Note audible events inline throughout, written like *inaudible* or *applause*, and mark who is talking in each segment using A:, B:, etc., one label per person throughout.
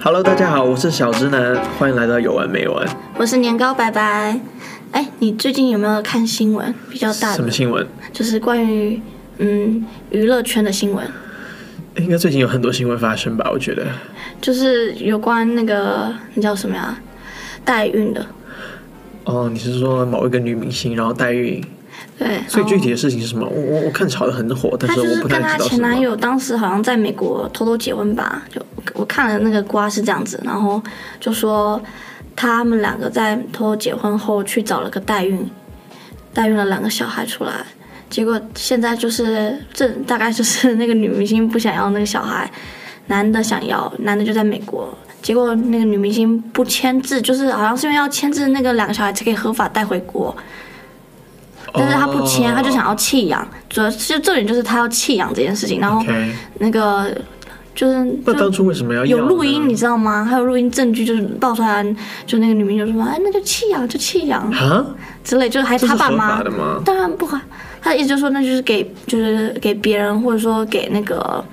A: Hello，大家好，我是小直男，欢迎来到有完没完。
B: 我是年糕白白。哎，你最近有没有看新闻比较大
A: 什么
B: 的？
A: 新闻？
B: 就是关于嗯娱乐圈的新闻，
A: 应该最近有很多新闻发生吧？我觉得
B: 就是有关那个那叫什么呀，代孕的。
A: 哦，你是说某一个女明星然后代孕？
B: 哦对，
A: 所以具体
B: 然后
A: 的事情是什么？我我我看炒得很火，但
B: 她
A: 是
B: 就
A: 我
B: 是
A: 不太
B: 跟她
A: 知道是
B: 前
A: 什
B: 男
A: 么。
B: 友当时好像在美国偷偷结婚吧？就我看了那个瓜是这样子，然后就说他们两个在偷偷结婚后去找了个代孕，代孕了两个小孩出来。结果现在就是这大概就是 *laughs* 那个女明星不想要那个小孩，男的想要，男的就在美国。结果那个女明星不签字，就是好像是因为要签字，那个两个小孩才可以合法带回国。
A: 哦
B: 但是她不签，她就想哦要弃养，主要是重点就是她要弃养这件事情。然后
A: OK，
B: 那个就是
A: 那
B: 就
A: 当初为什么要要
B: 有
A: 呢
B: 录音，你知道吗？还有录音证据，就是爆出来，就那个女明星就说：“哎，那就弃养，就弃养
A: 啊？
B: 之类。”就是还
A: 这是
B: 她爸
A: 合
B: 妈
A: 法的吗？
B: 当然不合，他的意思就是说，那就是给就是给别人，或者说给那个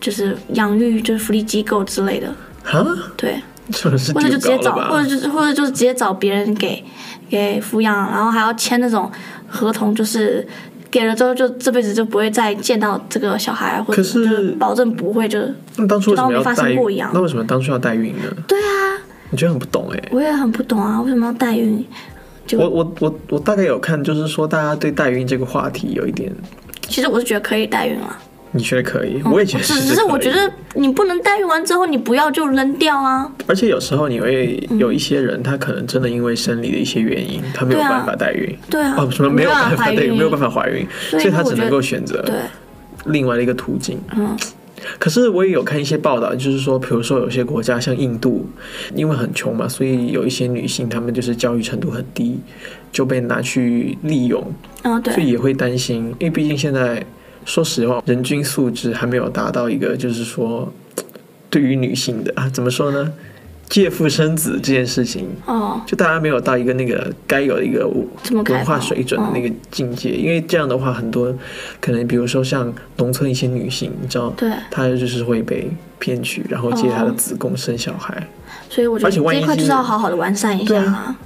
B: 就是养育就是福利机构之类的，
A: 啊，
B: 对，
A: *laughs* 这个是
B: 或者就直接
A: 丢
B: 找
A: 高了，吧
B: 或者就是或者就是直接找别人给给抚养，然后还要签那种合同，就是给了之后就这辈子就不会再见到这个小孩，或者
A: 可是
B: 就是保证不会就是
A: 那当初为什么
B: 就当
A: 要
B: 没发
A: 代
B: 生过一
A: 孕
B: 样？
A: 那为什么当初要代孕呢？
B: 对啊，
A: 我觉得很不懂哎、
B: 我也很不懂啊，为什么要代孕？就
A: 我我我我大概有看，就是说大家对代孕这个话题有一点，
B: 其实我是觉得可以代孕啊。
A: 你觉得可以？我也觉得
B: 只
A: 是
B: 哦只是我
A: 可以
B: 觉得你不能代孕完之后你不要就扔掉啊。
A: 而且有时候你会
B: 嗯
A: 有一些人，他可能真的因为生理的一些原因，他没有
B: 对啊
A: 办法代孕，
B: 对啊，
A: 哦，什么没有办法
B: 怀
A: 代
B: 孕，
A: 孕，没有办法怀孕，所
B: 所以
A: 以他只
B: 我觉
A: 能
B: 得
A: 够选择
B: 对，
A: 另外的一个途径。
B: 嗯，
A: 可是我也有看一些报道，就是说，比如说有些国家像印度，因为很穷嘛，所以有一些女性她们就是教育程度很低，就被拿去利用，
B: 嗯，
A: 所
B: 对，
A: 以也会担心，因为毕竟现在说实话，人均素质还没有达到一个就是说对于女性的啊，怎么说呢？借腹生子这件事情，
B: 哦，
A: 就大家没有到一个那个该有的一个
B: 这么
A: 文
B: 开
A: 化
B: 放嗯
A: 水准的那个境界，因为这样的话，很多可能比如说像农村一些女性，你知道，
B: 对，
A: 她就是会被骗去，然后借她
B: 嗯
A: 的子宫生小孩，
B: 所以我觉
A: 而
B: 得
A: 且万
B: 这
A: 一
B: 一块
A: 是
B: 就是要好好的完善一
A: 对
B: 下
A: 啊
B: 啊。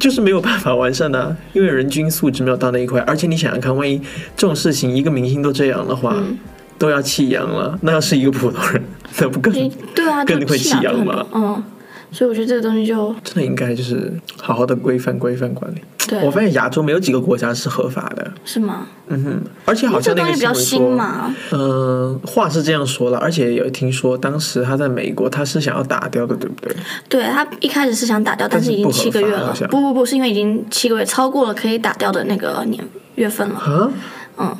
A: 就是没有办法完善的啊、因为人均素质没有到那一块。而且你想想看，万一这种事情一个明星都这样的话，
B: 嗯
A: 都要弃养了，那要是一个普通人，那不更 *laughs*
B: 所以对啊，
A: 更
B: 就
A: 会
B: 弃
A: 弃
B: 养
A: 养
B: 就很
A: 嘛
B: 多，嗯，所以我觉得这个东西就
A: 真的应该就是好好的规范规范管理。我
B: 对，
A: 发现亚洲没有几个国家是合法的，
B: 是吗？
A: 嗯哼，而且
B: 因
A: 好
B: 为这
A: 像那
B: 东
A: 个
B: 西比较
A: 新
B: 新
A: 闻说，
B: 嘛，
A: 嗯、话是这样说了，而且有听说当时他在美国，他是想要打掉的，对不对？
B: 对他一开始是想打掉，
A: 但
B: 但
A: 是
B: 是已
A: 不
B: 经
A: 合
B: 七个
A: 法
B: 月
A: 好
B: 了，
A: 像
B: 不不不，是因为已经七个月超过了可以打掉的那个年月份了，
A: 啊，
B: 嗯，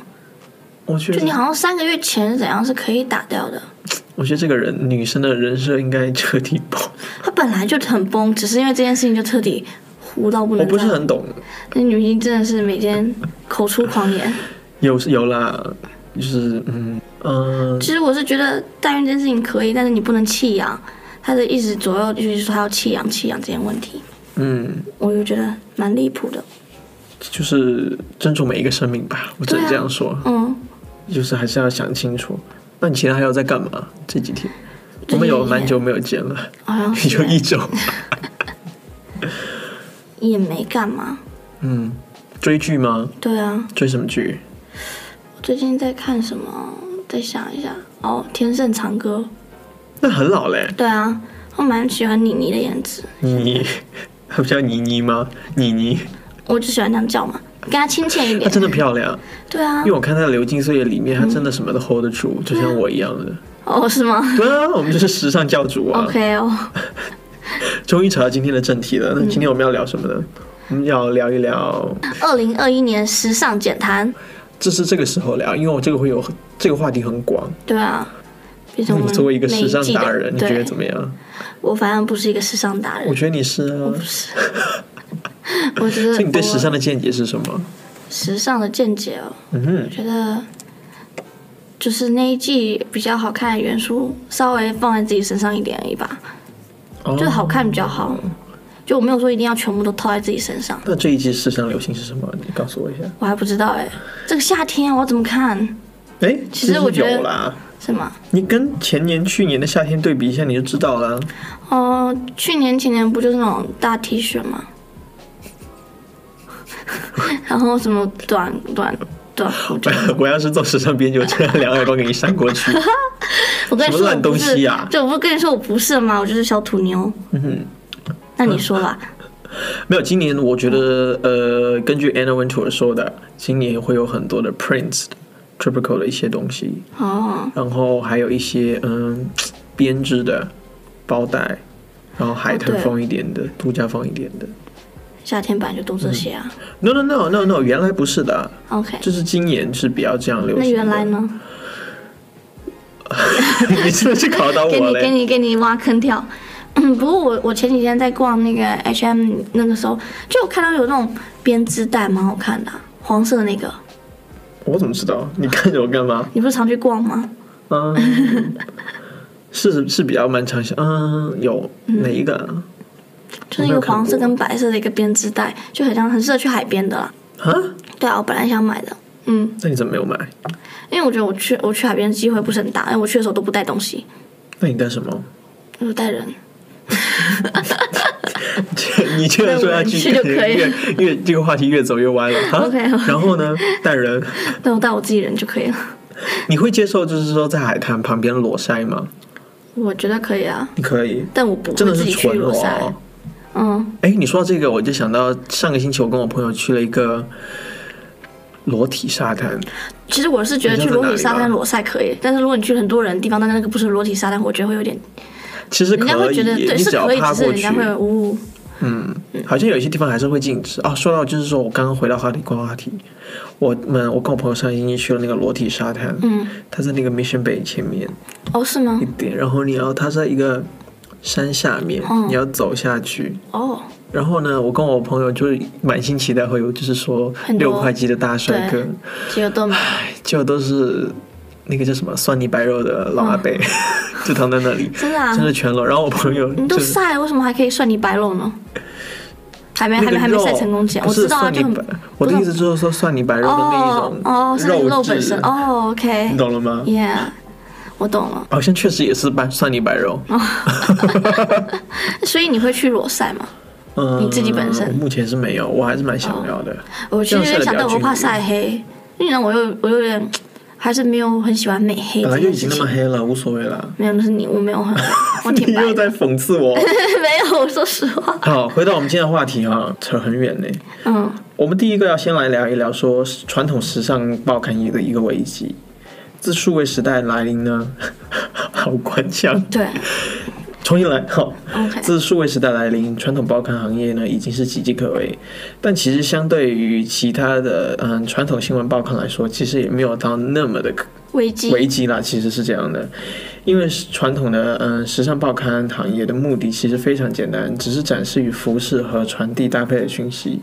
A: 我觉
B: 就你
A: 得，
B: 好像三个月前是怎样是可以打掉的，
A: 我觉得这个人女生的人设应该彻底崩。
B: 他本来就很崩，只是因为这件事情就彻底糊到不
A: 我
B: 能
A: 不是
B: 再
A: 很懂，
B: 那女星真的是每天口出狂言。
A: 有是有啦，就是嗯嗯、
B: 其实我是觉得代孕这件事情可以，但是你不能弃养。她的意思左右就是说她要弃养，弃养这件问题，
A: 嗯，
B: 我就觉得蛮离谱的。
A: 就是尊重每一个生命吧，我只能
B: 对啊
A: 这样说，
B: 嗯，
A: 就是还是要想清楚。那你其他还有在干嘛？这几天我
B: 这
A: 们
B: 几
A: 有
B: 天
A: 蛮久没有见了，
B: 好像
A: *laughs* 有
B: 是啊
A: 一周。
B: 也没干嘛。
A: 嗯，追剧吗？
B: 对啊，
A: 追什么剧？
B: 我最近在看什么？再想一下。哦，《天盛长歌
A: 那很老嘞》。，
B: 对啊，我蛮喜欢妮妮的颜值，
A: 妮，她不叫妮妮吗？妮妮，
B: 我就喜欢这样叫嘛，跟她亲切一
A: 她啊
B: 点。
A: 真的漂亮，
B: 对啊
A: 因为。我看她的《流金岁月》里面，她真的什么都 hold 得住，就像我一样的。
B: 哦，是吗
A: 对啊，我们就是时尚教主啊。
B: ？OK 哦，
A: 终于扯到今天的正题了，那
B: 嗯
A: 今天我们要聊什么呢？我们要聊一聊，
B: 二零二一年时尚简谈。
A: 这是这个时候聊，因为我这个会有这个话题很广。
B: 对啊，变成我
A: 你
B: 们
A: 作为一个时尚
B: 每季的
A: 达人，你
B: 对
A: 觉得怎么样？
B: 我反正不是一个时尚达
A: 我
B: 人，
A: 觉得你是啊。
B: 我觉得
A: 所以你对时尚
B: 我
A: 的见解是什么？
B: 时尚的见解哦，
A: 嗯哼
B: 我，觉得就是那一季比较好看的元素，稍微放在自己身上一点而已吧，
A: 哦
B: 就好。看比较好。就我没有说一定要全部都套在自己身上，
A: 那这一季时尚流行是什么？你告诉我一下。
B: 欸我还不知道哎、这个夏天我要怎么看？
A: 哎，
B: 其实我觉得
A: 有啦，
B: 是吗？
A: 你跟前年、去年的夏天对比一下，你就知道了。
B: 哦、去年前年不就是那种大 T 恤吗？ *laughs* 然后什么短短
A: *laughs*
B: 短裤这样，
A: 我要是做时尚编辑，我真的两耳光给你扇过去。
B: 我跟你
A: 什么
B: 说我
A: 烂
B: 不
A: 东
B: 是，
A: 西啊嗯
B: 对，我不跟你说我不是吗？我就是小土妞。那你说吧，
A: 没有，今年我觉得，
B: 嗯
A: 呃，根据 Anna Wintour 说的，今年会有很多的 Prince、Tropical 的一些东西，
B: 哦，
A: 然后还有一些嗯编织的包带，然后海
B: 哦
A: 豚
B: 对
A: 风一点的、度假风一点的。
B: 夏天版就都这些啊。
A: No no no no no，原来不是的，
B: OK，
A: 就是今年是比较这样流
B: 那
A: 行。
B: 原来？呢？
A: *laughs* 你真的是考到
B: 给
A: 我
B: 你给
A: 嘞！
B: 你给你挖坑跳。嗯，不过我我前几天在逛那个 H&M 那个时候，就有看到有那种编织袋，蛮好看的啊、黄色那个。
A: 我怎么知道？你看着我干嘛？
B: 你不是常去逛吗？
A: 嗯， *laughs* 是是比较漫长想，嗯，有哪一个啊？
B: 就是一
A: 我没有
B: 个
A: 看过
B: 黄色跟白色的一个编织袋，就很像很适合去海边的啦。
A: 啊？
B: 对啊，我本来想买的，嗯，
A: 那你怎么没有买？
B: 因为我觉得我去我去海边的机会不是很大，因为我去的时候都不带东西，
A: 那你带什么？
B: 我就带人。 *laughs*
A: *laughs* 你这样说下去，
B: 带我人去就可以
A: 越越这个话题越走越歪了。啊
B: *laughs* OK，OK
A: 然后呢，带人，
B: 对，我带我自己人就可以了。 *laughs*
A: 你会接受就是说在海滩旁边裸晒吗？
B: 我觉得可以啊，
A: 你可以，
B: 但我不
A: 真
B: 会
A: 的
B: 自
A: 是
B: 己去
A: 纯
B: 裸
A: 裸
B: 晒。
A: 哦。
B: 嗯，
A: 哎，你说到这个，我就想到上个星期我跟我朋友去了一个裸体沙滩，
B: 其实我是觉得
A: 你知
B: 去
A: 道在
B: 裸
A: 哪
B: 体
A: 里
B: 沙滩
A: 吗
B: 裸晒可以，但是如果你去很多人的地方，但是那个不是裸体沙滩，我觉得会有点，
A: 其实
B: 人家
A: 可
B: 会觉
A: 以，
B: 得对
A: 你
B: 是
A: 只要
B: 可以，
A: 趴
B: 只是
A: 过去
B: 人
A: 嗯
B: 家，会嗯呜呜。
A: 好像有一些地方还是会禁止哦。说到就是说我刚刚回到话题，关话题，我们我跟我朋友上个星期去了那个裸体沙滩，
B: 嗯，
A: 它在那个 Mission Bay 前面，
B: 哦，是吗
A: 一？点，然后你要它在一个山下面，
B: 嗯
A: 你要走下去。
B: 哦，
A: 然后呢，我跟我朋友就是满心期待会有，就是说
B: 很多
A: 六块肌的大帅哥
B: 对，结果都没有，
A: 就都是那个叫什么蒜泥白肉的老阿伯， *laughs* 就躺在那里，
B: 真的嗯 *laughs* 啊
A: 真，的全裸。然后我朋友
B: 你都
A: 就是
B: 晒了，为什么还可以算你白肉呢？还没
A: 那
B: 还没
A: 个
B: 还没
A: 肉
B: 晒成功前，
A: 不
B: 我
A: 是
B: 知道啊，
A: 蒜
B: 就
A: 泥
B: 很
A: 白，我的意思就是说蒜泥白肉的那一
B: 哦
A: 种
B: 哦，是那个肉本
A: 质
B: 身，哦，OK，
A: 你懂了吗？
B: ，Yeah，我懂了。
A: 好像确实也是白蒜泥白肉，
B: 哦所以你会去裸晒吗？
A: 嗯，
B: 你自己本身哦
A: 我目前是没有，我还是蛮想要的。
B: 我其实有点想，但我怕晒黑，因为呢，我又我有点还是没有很喜欢美黑
A: 本
B: 这
A: 来就
B: 件
A: 已经
B: 事
A: 那么
B: 情。
A: 黑了，无所谓了。
B: 没有，那是你，我没
A: *laughs*
B: 有很，我挺
A: 你
B: 白
A: 又
B: 的。
A: 在讽刺我。
B: *laughs* 没有，我说实话，
A: 好，回到我们今天的话题哈，扯很远呢。
B: 嗯，
A: 我们第一个要先来聊一聊说传统时尚报刊业的一个危机。自数位时代来临呢， *laughs* 好官腔，
B: 对
A: 重新来好。
B: ，OK，
A: 自数位时代来临，传统报刊行业呢已经是岌岌可危，但其实相对于其他的嗯传统新闻报刊来说，其实也没有到那么的可
B: 危机，
A: 危机啦，其实是这样的，因为传统的嗯、呃时尚报刊行业的目的其实非常简单，只是展示与服饰和传递搭配的讯息。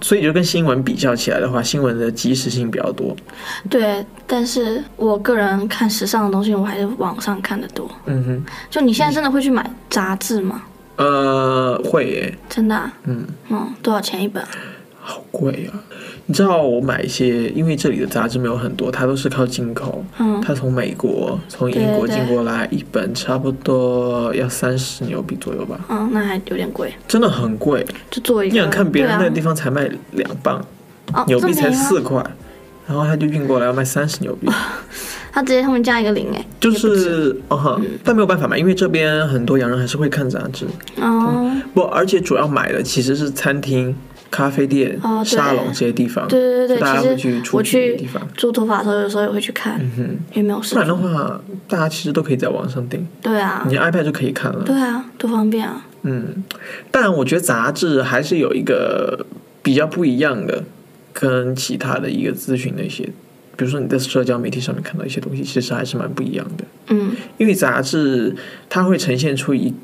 A: 所以就跟新闻比较起来的话，新闻的及时性比较多。
B: 对。但是我个人看时尚的东西，我还是网上看的多。
A: 嗯哼，
B: 就你现在真的会去买杂志吗？
A: 呃，会耶，
B: 真的、啊？
A: 嗯
B: 嗯，多少钱一本啊？
A: 好贵啊！你知道我买一些，因为这里的杂志没有很多，它都是靠进口，
B: 嗯，
A: 它从美国、从英国
B: 对对
A: 进过来，一本差不多要三十纽币左右吧，
B: 嗯，那还有点贵。
A: 真的很贵。
B: 就做一个，
A: 你想看别人那个
B: 啊对啊
A: 地方才卖两磅，
B: 啊、哦
A: 纽币
B: 这么
A: 才
B: 便宜吗
A: 四块，然后他就运过来要卖三十纽币，
B: 他直接后面加一个零哎，
A: 就
B: 也不止嗯
A: 是哦哈，但没有办法嘛，因为这边很多洋人还是会看杂志，
B: 哦，
A: 不，而且主要买的其实是餐厅、咖啡店、
B: 哦对
A: 沙龙这些地方，
B: 对对对
A: 就大家
B: 对，
A: 会
B: 其实
A: 去出
B: 我
A: 去的
B: 去
A: 地方。
B: 做头发的时候，有时候也会去看，
A: 嗯，
B: 也没有事
A: 不。然的话，大家其实都可以在网上订，
B: 对啊
A: 你，的 iPad 就可以看了。
B: 对啊，多方便啊！
A: 嗯，但我觉得杂志还是有一个比较不一样的，跟其他的一个咨询的一些，比如说你在社交媒体上面看到一些东西，其实还是蛮不一样的。
B: 嗯，
A: 因为杂志它会呈现出一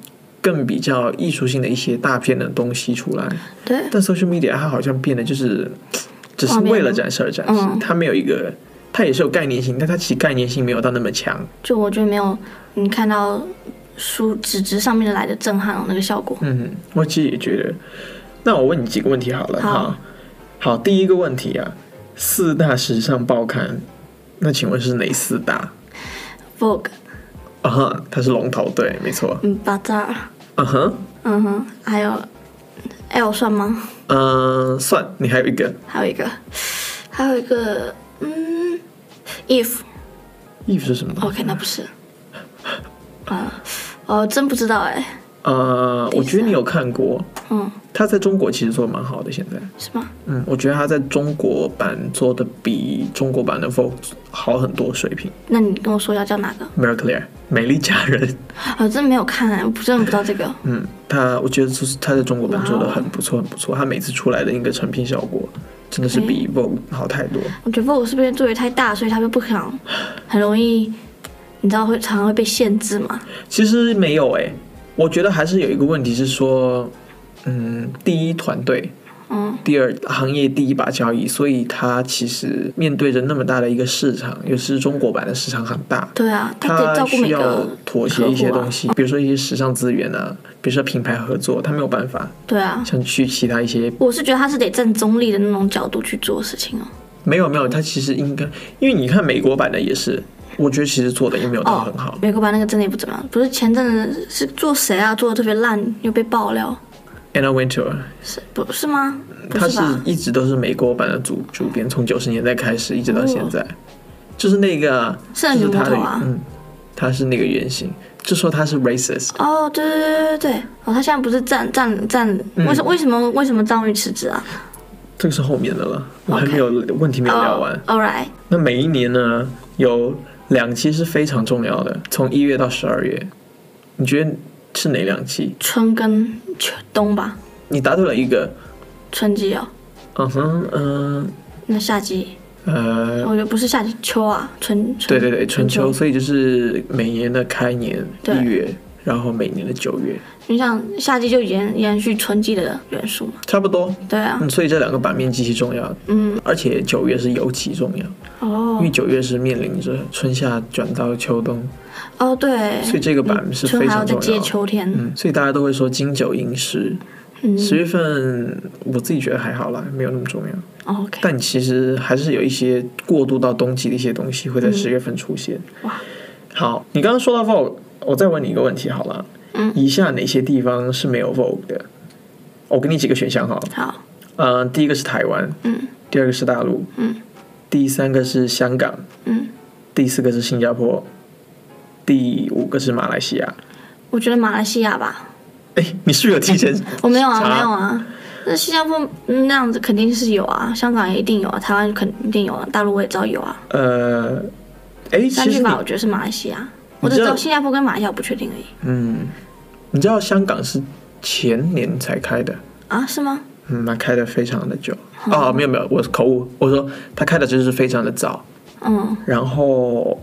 A: 更比较艺术性的一些大片的东西出来，
B: 对，
A: 但 social media 它好像变得就是只是
B: 画面
A: 为了展示而展示，
B: 嗯
A: 它没有一个。它也是有概念性，但它其实概念性没有到那么强。
B: 就我觉得没有你看到书纸质上面来的震撼哦，那个效果。
A: 嗯，我其实也觉得。那我问你几个问题好了
B: 好
A: 哈。好，第一个问题啊，四大时尚报刊，那请问是哪四大？
B: Vogue，
A: 啊哈，它是龙头，对，没错，
B: 嗯，Bazaar，
A: 啊哈，
B: 嗯哼，还有 L 算吗？
A: 嗯，算，你还有一个
B: 还有一个，还有一个，嗯，If。
A: 衣服是什么？
B: OK，那不是。啊，哦，真不知道哎、
A: 呃，我觉得你有看过，
B: 嗯，
A: 它在中国其实做的蛮好的，现在，
B: 是吗？
A: 嗯，我觉得它在中国版做的比中国版的 Vogue 好很多水平。
B: 那你跟我说一下叫哪个？
A: m i r a c l e r 美丽佳人，
B: 啊，真没有看哎、我不真的不知道这个。
A: 嗯，它我觉得就是它在中国版做的
B: 哇哦
A: 很不错，很不错，它每次出来的那个成品效果真的是比 Vogue 好太多。
B: 我觉得我是不是作为太大，所以他就不想，很容易，你知道会常常会被限制嘛？
A: 其实没有诶、我觉得还是有一个问题是说，嗯，第一团队，
B: 嗯，
A: 第二行业第一把交椅，所以它其实面对着那么大的一个市场，尤其是中国版的市场很大，
B: 对啊，他得
A: 它
B: 照顾
A: 需
B: 每
A: 要
B: 个
A: 妥协一些
B: 客户啊
A: 东西，比如说一些时尚资源啊，比如说品牌合作，它没有办法
B: 对啊。
A: 像去其他一些
B: 我是觉得他是得站中立的那种角度去做事情哦。
A: 没有没有，它其实应该，因为你看美国版的也是，我觉得其实做的也没有到
B: 哦，
A: 很好。
B: 美国版那个真的也不怎么样，不是前阵子是做谁啊？做的特别烂，又被爆料，
A: Anna Wintour，
B: 是不是吗？不
A: 她
B: 是
A: 是
B: 吧？
A: 一直都是美国版的主主编，从九十年代开始一直到现在，就是那个，
B: 圣
A: 就
B: 女
A: 是
B: 魔
A: 她
B: 头
A: 的
B: 啊，
A: 嗯，她是那个原型，就说她是 racist，
B: 哦，对对对对对，哦，他现在不是站站站，
A: 嗯
B: 为什为什么为什么张宇辞职啊？
A: 这个是后面的了，我还
B: OK
A: 没有问题没有啊聊完。
B: 哦 All right，
A: 那每一年呢，有两期是非常重要的，从一月到十二月，你觉得是哪两期？
B: 春跟秋冬吧，
A: 你答对了一个，
B: 春季哦，
A: 嗯哼，嗯、
B: 那夏季，
A: 呃，
B: 我觉得不是夏季，秋啊，春哦
A: 对
B: 春
A: 对对，春秋，，所以就是每年的开年
B: 对
A: 一月，然后每年的九月，
B: 你想夏季就延延续春季的元素嘛？
A: 差不多。
B: 对啊，
A: 嗯，所以这两个版面极其重要，
B: 嗯，
A: 而且九月是尤其重要，因
B: 哦
A: 为九月是面临着春夏转到秋冬，
B: 哦对，
A: 所以这个版是
B: 春
A: 非
B: 还要
A: 常
B: 再
A: 重
B: 接
A: 要。
B: 秋天，
A: 嗯，所以大家都会说金九银十，
B: 嗯
A: 十月份我自己觉得还好啦，没有那么重要。
B: ，OK，
A: 但其实还是有一些过渡到冬季的一些东西会在十月份出现。
B: 嗯哇，
A: 好，你刚刚说到 Vogue，我再问你一个问题好了。
B: 嗯
A: 以下哪些地方是没有 Vogue 的？我给你几个选项哈。
B: 好，
A: 呃，第一个是台湾，
B: 嗯
A: 第二个是大陆，
B: 嗯
A: 第三个是香港，
B: 嗯，
A: 第四个是新加坡，第五个是马来西亚。
B: 我觉得马来西亚吧，
A: 哎，你是不是有提
B: *laughs*
A: 前？
B: 我没有啊，
A: 查
B: 没有啊。那新加坡嗯那样子肯定是有啊，香港也一定有啊，台湾肯定有啊，大陆我也知道有啊。
A: 呃，哎，其
B: 三句
A: 实你
B: 吧，我觉得是马来西亚，
A: 你
B: 我只
A: 知
B: 知
A: 道
B: 道新加坡跟马来西亚我不确定而已
A: 嗯，你知道香港是前年才开的，
B: 啊，是吗？
A: 嗯，那开的非常的久。
B: 嗯
A: 哦，没有没有，我口误，我说它开的就是非常的早。
B: 嗯
A: 然后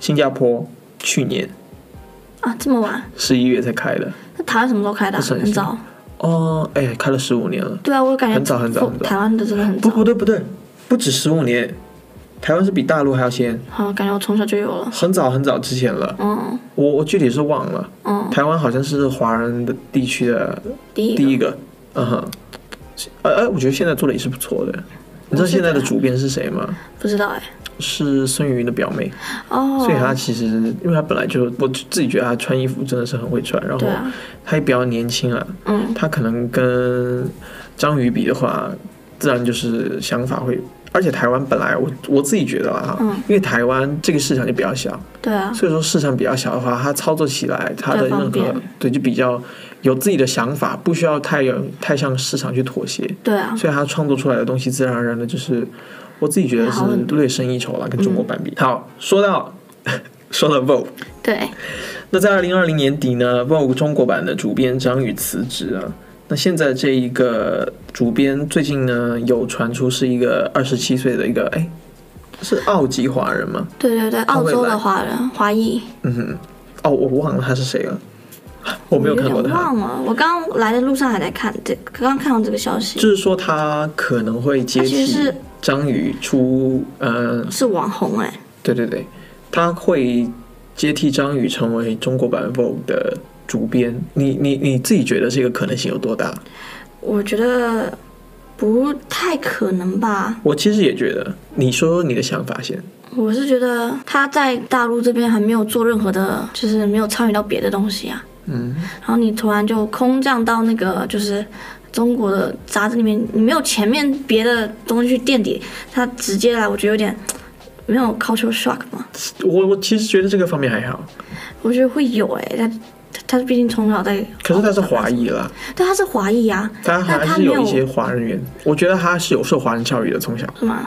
A: 新加坡去年
B: 啊，这么晚，
A: 十一月才开的，
B: 那台湾什么时候开的啊？
A: 不是很
B: 很早。
A: 哦，哎，开了十五年了。
B: 对啊，我感觉
A: 很早很早
B: 哦
A: 很早
B: 台湾的真的很
A: 不，
B: 早。
A: 不对，不对，不止十五年，台湾是比大陆还要先，
B: 好，感觉我从小就有了。
A: 很早很早之前了。
B: 嗯
A: 我我具体是忘了，
B: 嗯，
A: 台湾好像是华人的地区的
B: 第
A: 第
B: 一
A: 一
B: 个
A: 个，嗯哼，呃呃，我觉得现在做的也是不错的。你知道现在的主编是谁吗？
B: 不知道哎。
A: 是孙芸芸的表妹，
B: 哦
A: 所以，她其实，因为她本来就，我自己觉得她穿衣服真的是很会穿，然后
B: 对啊，
A: 她也比较年轻啊，
B: 嗯
A: 她可能跟张宇比的话，自然就是想法会，而且台湾本来我我自己觉得啦，
B: 嗯
A: 因为台湾这个市场就比较小，
B: 对啊，
A: 所以说市场比较小的话，它操作起来它的
B: 比较
A: 任
B: 方便
A: 何对就比较有自己的想法，不需要太有太向市场去妥协，
B: 对啊，
A: 所以他创作出来的东西自然而然的就是，我自己觉得是
B: 好很嗯
A: 略胜一筹啦，跟中国版比。好，说到 *laughs* 说到 Vogue，
B: 对，
A: 那在二零二零年底呢，Vogue 中国版的主编张宇辞职啊。那现在这一个主编最近呢，有传出是一个二十七岁的一个，哎，是澳籍华人吗？
B: 对对对，
A: 他
B: 澳
A: 会
B: 洲
A: 来
B: 的华人华裔。
A: 嗯哼，哦，我忘了他是谁了，我没有看过
B: 点
A: 他。
B: 忘了，我刚来的路上还在看这，刚刚看到这个消息，
A: 就是说他可能会接
B: 他其实
A: 替
B: 是
A: 张宇出，呃，
B: 是网红哎、
A: 对对对，他会接替张宇成为中国版 Vogue 的主编。你你你自己觉得这个可能性有多大？
B: 我觉得不太可能吧。
A: 我其实也觉得，你说说你的想法先。
B: 我是觉得他在大陆这边还没有做任何的，就是没有参与到别的东西啊。
A: 嗯，
B: 然后你突然就空降到那个就是中国的杂志里面，你没有前面别的东西去垫底，他直接来，我觉得有点没有 culture shock 嘛。
A: 我我其实觉得这个方面还好，
B: 我觉得会有哎、他他他毕竟从小在，
A: 可是他是华裔啦，
B: 但他是华裔啊，
A: 他
B: 哦那
A: 还
B: 他
A: 是
B: 没
A: 有
B: 有
A: 一些华人缘。我觉得他是有受华人教育的，从小。
B: 是吗？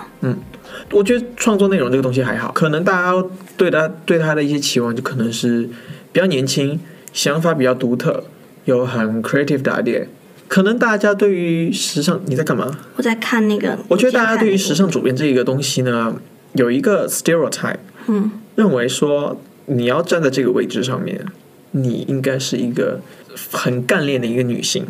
A: 我觉得创作内容这个东西还好，可能大家对他对他的一些期望就可能是比较年轻，想法比较独特，有很 creative 的 idea。可能大家对于时尚你在干嘛？
B: 我在看那个，
A: 我觉得大
B: 我在
A: 家
B: 看
A: 对于时尚主编这个东西呢，有一个 stereotype，
B: 嗯，
A: 认为说你要站在这个位置上面，你应该是一个很干练的一个女性。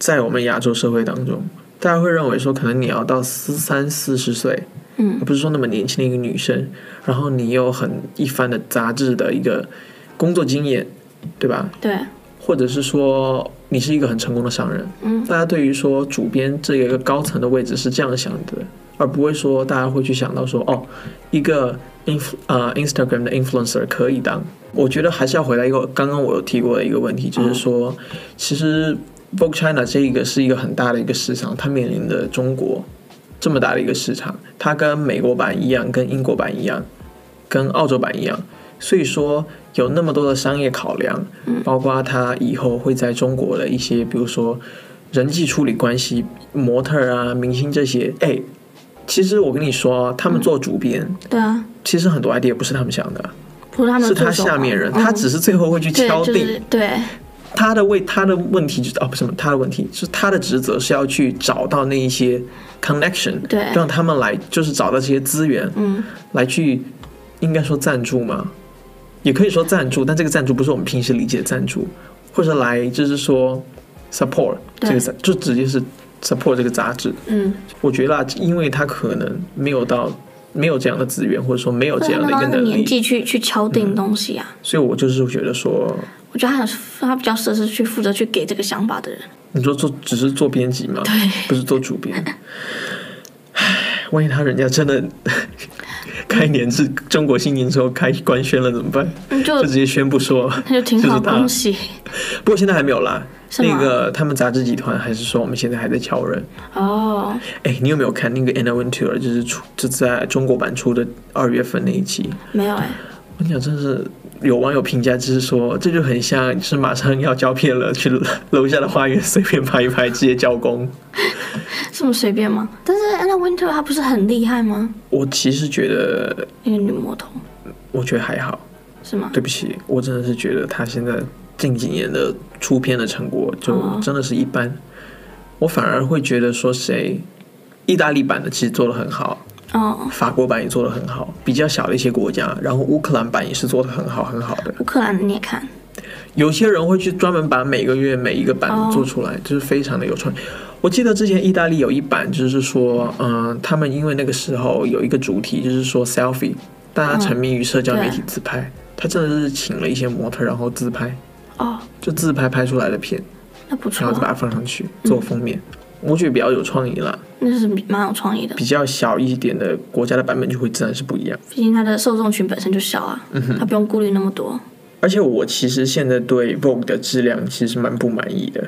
A: 在我们亚洲社会当中，大家会认为说，可能你要到四三四十岁，
B: 嗯，
A: 而不是说那么年轻的一个女生，然后你有很一番的杂志的一个工作经验，对吧？
B: 对，
A: 或者是说你是一个很成功的商人，
B: 嗯，
A: 大家对于说主编这一个高层的位置是这样想的，而不会说大家会去想到说哦，一个 in 呃 Instagram 的 influencer 可以当。我觉得还是要回答一个刚刚我有提过的一个问题，就是说，其实 Vogue China 这一个是一个很大的一个市场，它面临着中国这么大的一个市场，它跟美国版一样，跟英国版一样，跟澳洲版一样，所以说有那么多的商业考量，
B: 嗯
A: 包括它以后会在中国的一些，比如说人际处理关系、模特儿啊、明星这些。哎，其实我跟你说，啊他们做主编，
B: 对啊，
A: 其是很多 idea 不是他们想的，
B: 不是他们
A: 是他
B: 助手
A: 下
B: 嘛
A: 面人，
B: 嗯
A: 他只是最后会去
B: 对
A: 敲定。
B: 就是对，
A: 他的为他的问题就是哦，不是什么，他的问题是他的职责是要去找到那一些 connection，
B: 对
A: 让他们来就是找到这些资源，
B: 嗯，
A: 来去应该说赞助嘛，也可以说赞助，但这个赞助不是我们平时理解的赞助，或者来就是说 support
B: 对
A: 这个杂就直接是 support 这个杂志。
B: 嗯，
A: 我觉得啊，因为他可能没有到没有这样的资源，或者说没有
B: 或
A: 这
B: 者
A: 样
B: 他
A: 的一
B: 们到
A: 个
B: 那个
A: 能
B: 年
A: 力，嗯
B: 纪去去敲定东西啊。
A: 所以我就是觉得说，
B: 我觉得他很他比较适合是去负责去给这个想法的人。 *laughs*
A: 你说做只是做编辑嘛，不是做主编。唉，万一他人家真的 *laughs* 开年至中国新年之后开官宣了怎么办？
B: 嗯，就
A: 就直接宣布说，
B: 那就挺
A: 就是
B: 好，
A: 他
B: 恭喜
A: 不过现在还没有啦。
B: 是吗
A: 那个他们杂志集团还是说我们现在还在敲人。
B: 哦。
A: 哎，你有没有看那个 Anna Wintour 就是出就在中国版出的二月份那一期？
B: 没有哎、
A: 我跟你讲，真是有网友评价，就是说这就很像是马上要胶片了，去楼下的花园随便拍一拍，直接交工。
B: 这么随便吗？但是 Anna Winter 她不是很厉害吗？
A: 我其实觉得，
B: 那个女魔头
A: 我觉得还好。
B: 是吗？
A: 对不起，我真的是觉得他现在近几年的出片的成果就
B: 哦
A: 真的是一般。我反而会觉得说谁，意大利版的其实做的很好，
B: 哦，
A: 法国版也做的很好，比较小的一些国家，然后乌克兰版也是做的很好很好的。
B: 乌克兰的你也看？
A: 有些人会去专门把每个月每一个版
B: 哦
A: 做出来，就是非常的有创意。我记得之前意大利有一版，就是说，嗯，他们因为那个时候有一个主题，就是说 selfie，大家沉迷于社交媒体自拍，他真的是请了一些模特，然后自拍，
B: 哦，
A: 就自拍拍出来的片，
B: 那不错
A: 然后再把它
B: 啊，
A: 放上去做封面。我觉得比较有创意啦，
B: 那是蛮有创意的。
A: 比较小一点的国家的版本就会自然是不一样。
B: 毕竟她的受众群本身就小啊，
A: 嗯
B: 她不用顾虑那么多，
A: 而且我其实现在对 Vogue 的质量其实蛮不满意的，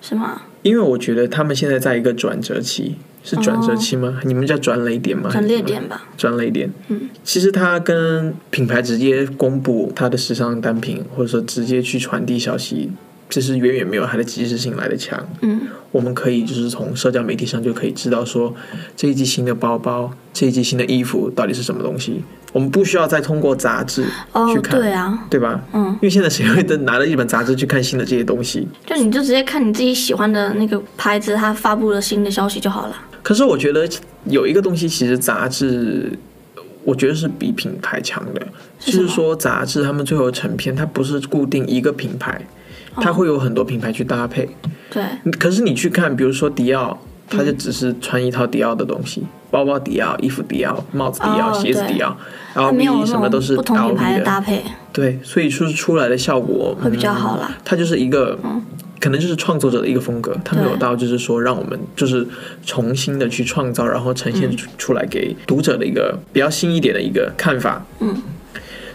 B: 是吗？
A: 因为我觉得他们现在在一个转折期，是转折期吗？你们叫转雷点吗？
B: 哦转裂
A: 还是
B: 点
A: 什么，
B: 吧，
A: 转雷点。
B: 嗯，
A: 其实它跟品牌直接公布它的时尚单品，或者说直接去传递消息，这是远远没有它的及时性来的强。
B: 嗯，
A: 我们可以就是从社交媒体上就可以知道说这一季新的包包、这一季新的衣服到底是什么东西。我们不需要再通过杂志
B: 哦
A: 去，看，
B: 对啊，
A: 对吧？
B: 嗯
A: 因，为现在谁会拿着一本杂志去看新的这些东西？
B: 就你就直接看你自己喜欢的那个牌子，它发布了新的消息就好了。
A: 可是我觉得有一个东西，其实杂志，我觉得是比品牌强的，就
B: 是什
A: 是
B: 么
A: 说杂志他们最后成片，它不是固定一个品牌，
B: 哦
A: 它会有很多品牌去搭配。
B: 对，
A: 可是你去看，比如说迪奥，它就只是穿一套迪奥的东西，包包迪奥、衣服迪奥、帽子迪奥、
B: 哦
A: 鞋子迪奥
B: 它没有
A: ，LV 什么
B: 那
A: 都是
B: 种不同品牌
A: LV
B: 的
A: 的，
B: 搭配，
A: 对，所以说出来的效果
B: 会比较好啦
A: 嗯它就是一个可能就是创作者的一个风格，他没有
B: 对
A: 到就是说让我们就是重新的去创造，然后呈
B: 嗯
A: 现出出来给读者的一个比较新一点的一个看法。
B: 嗯，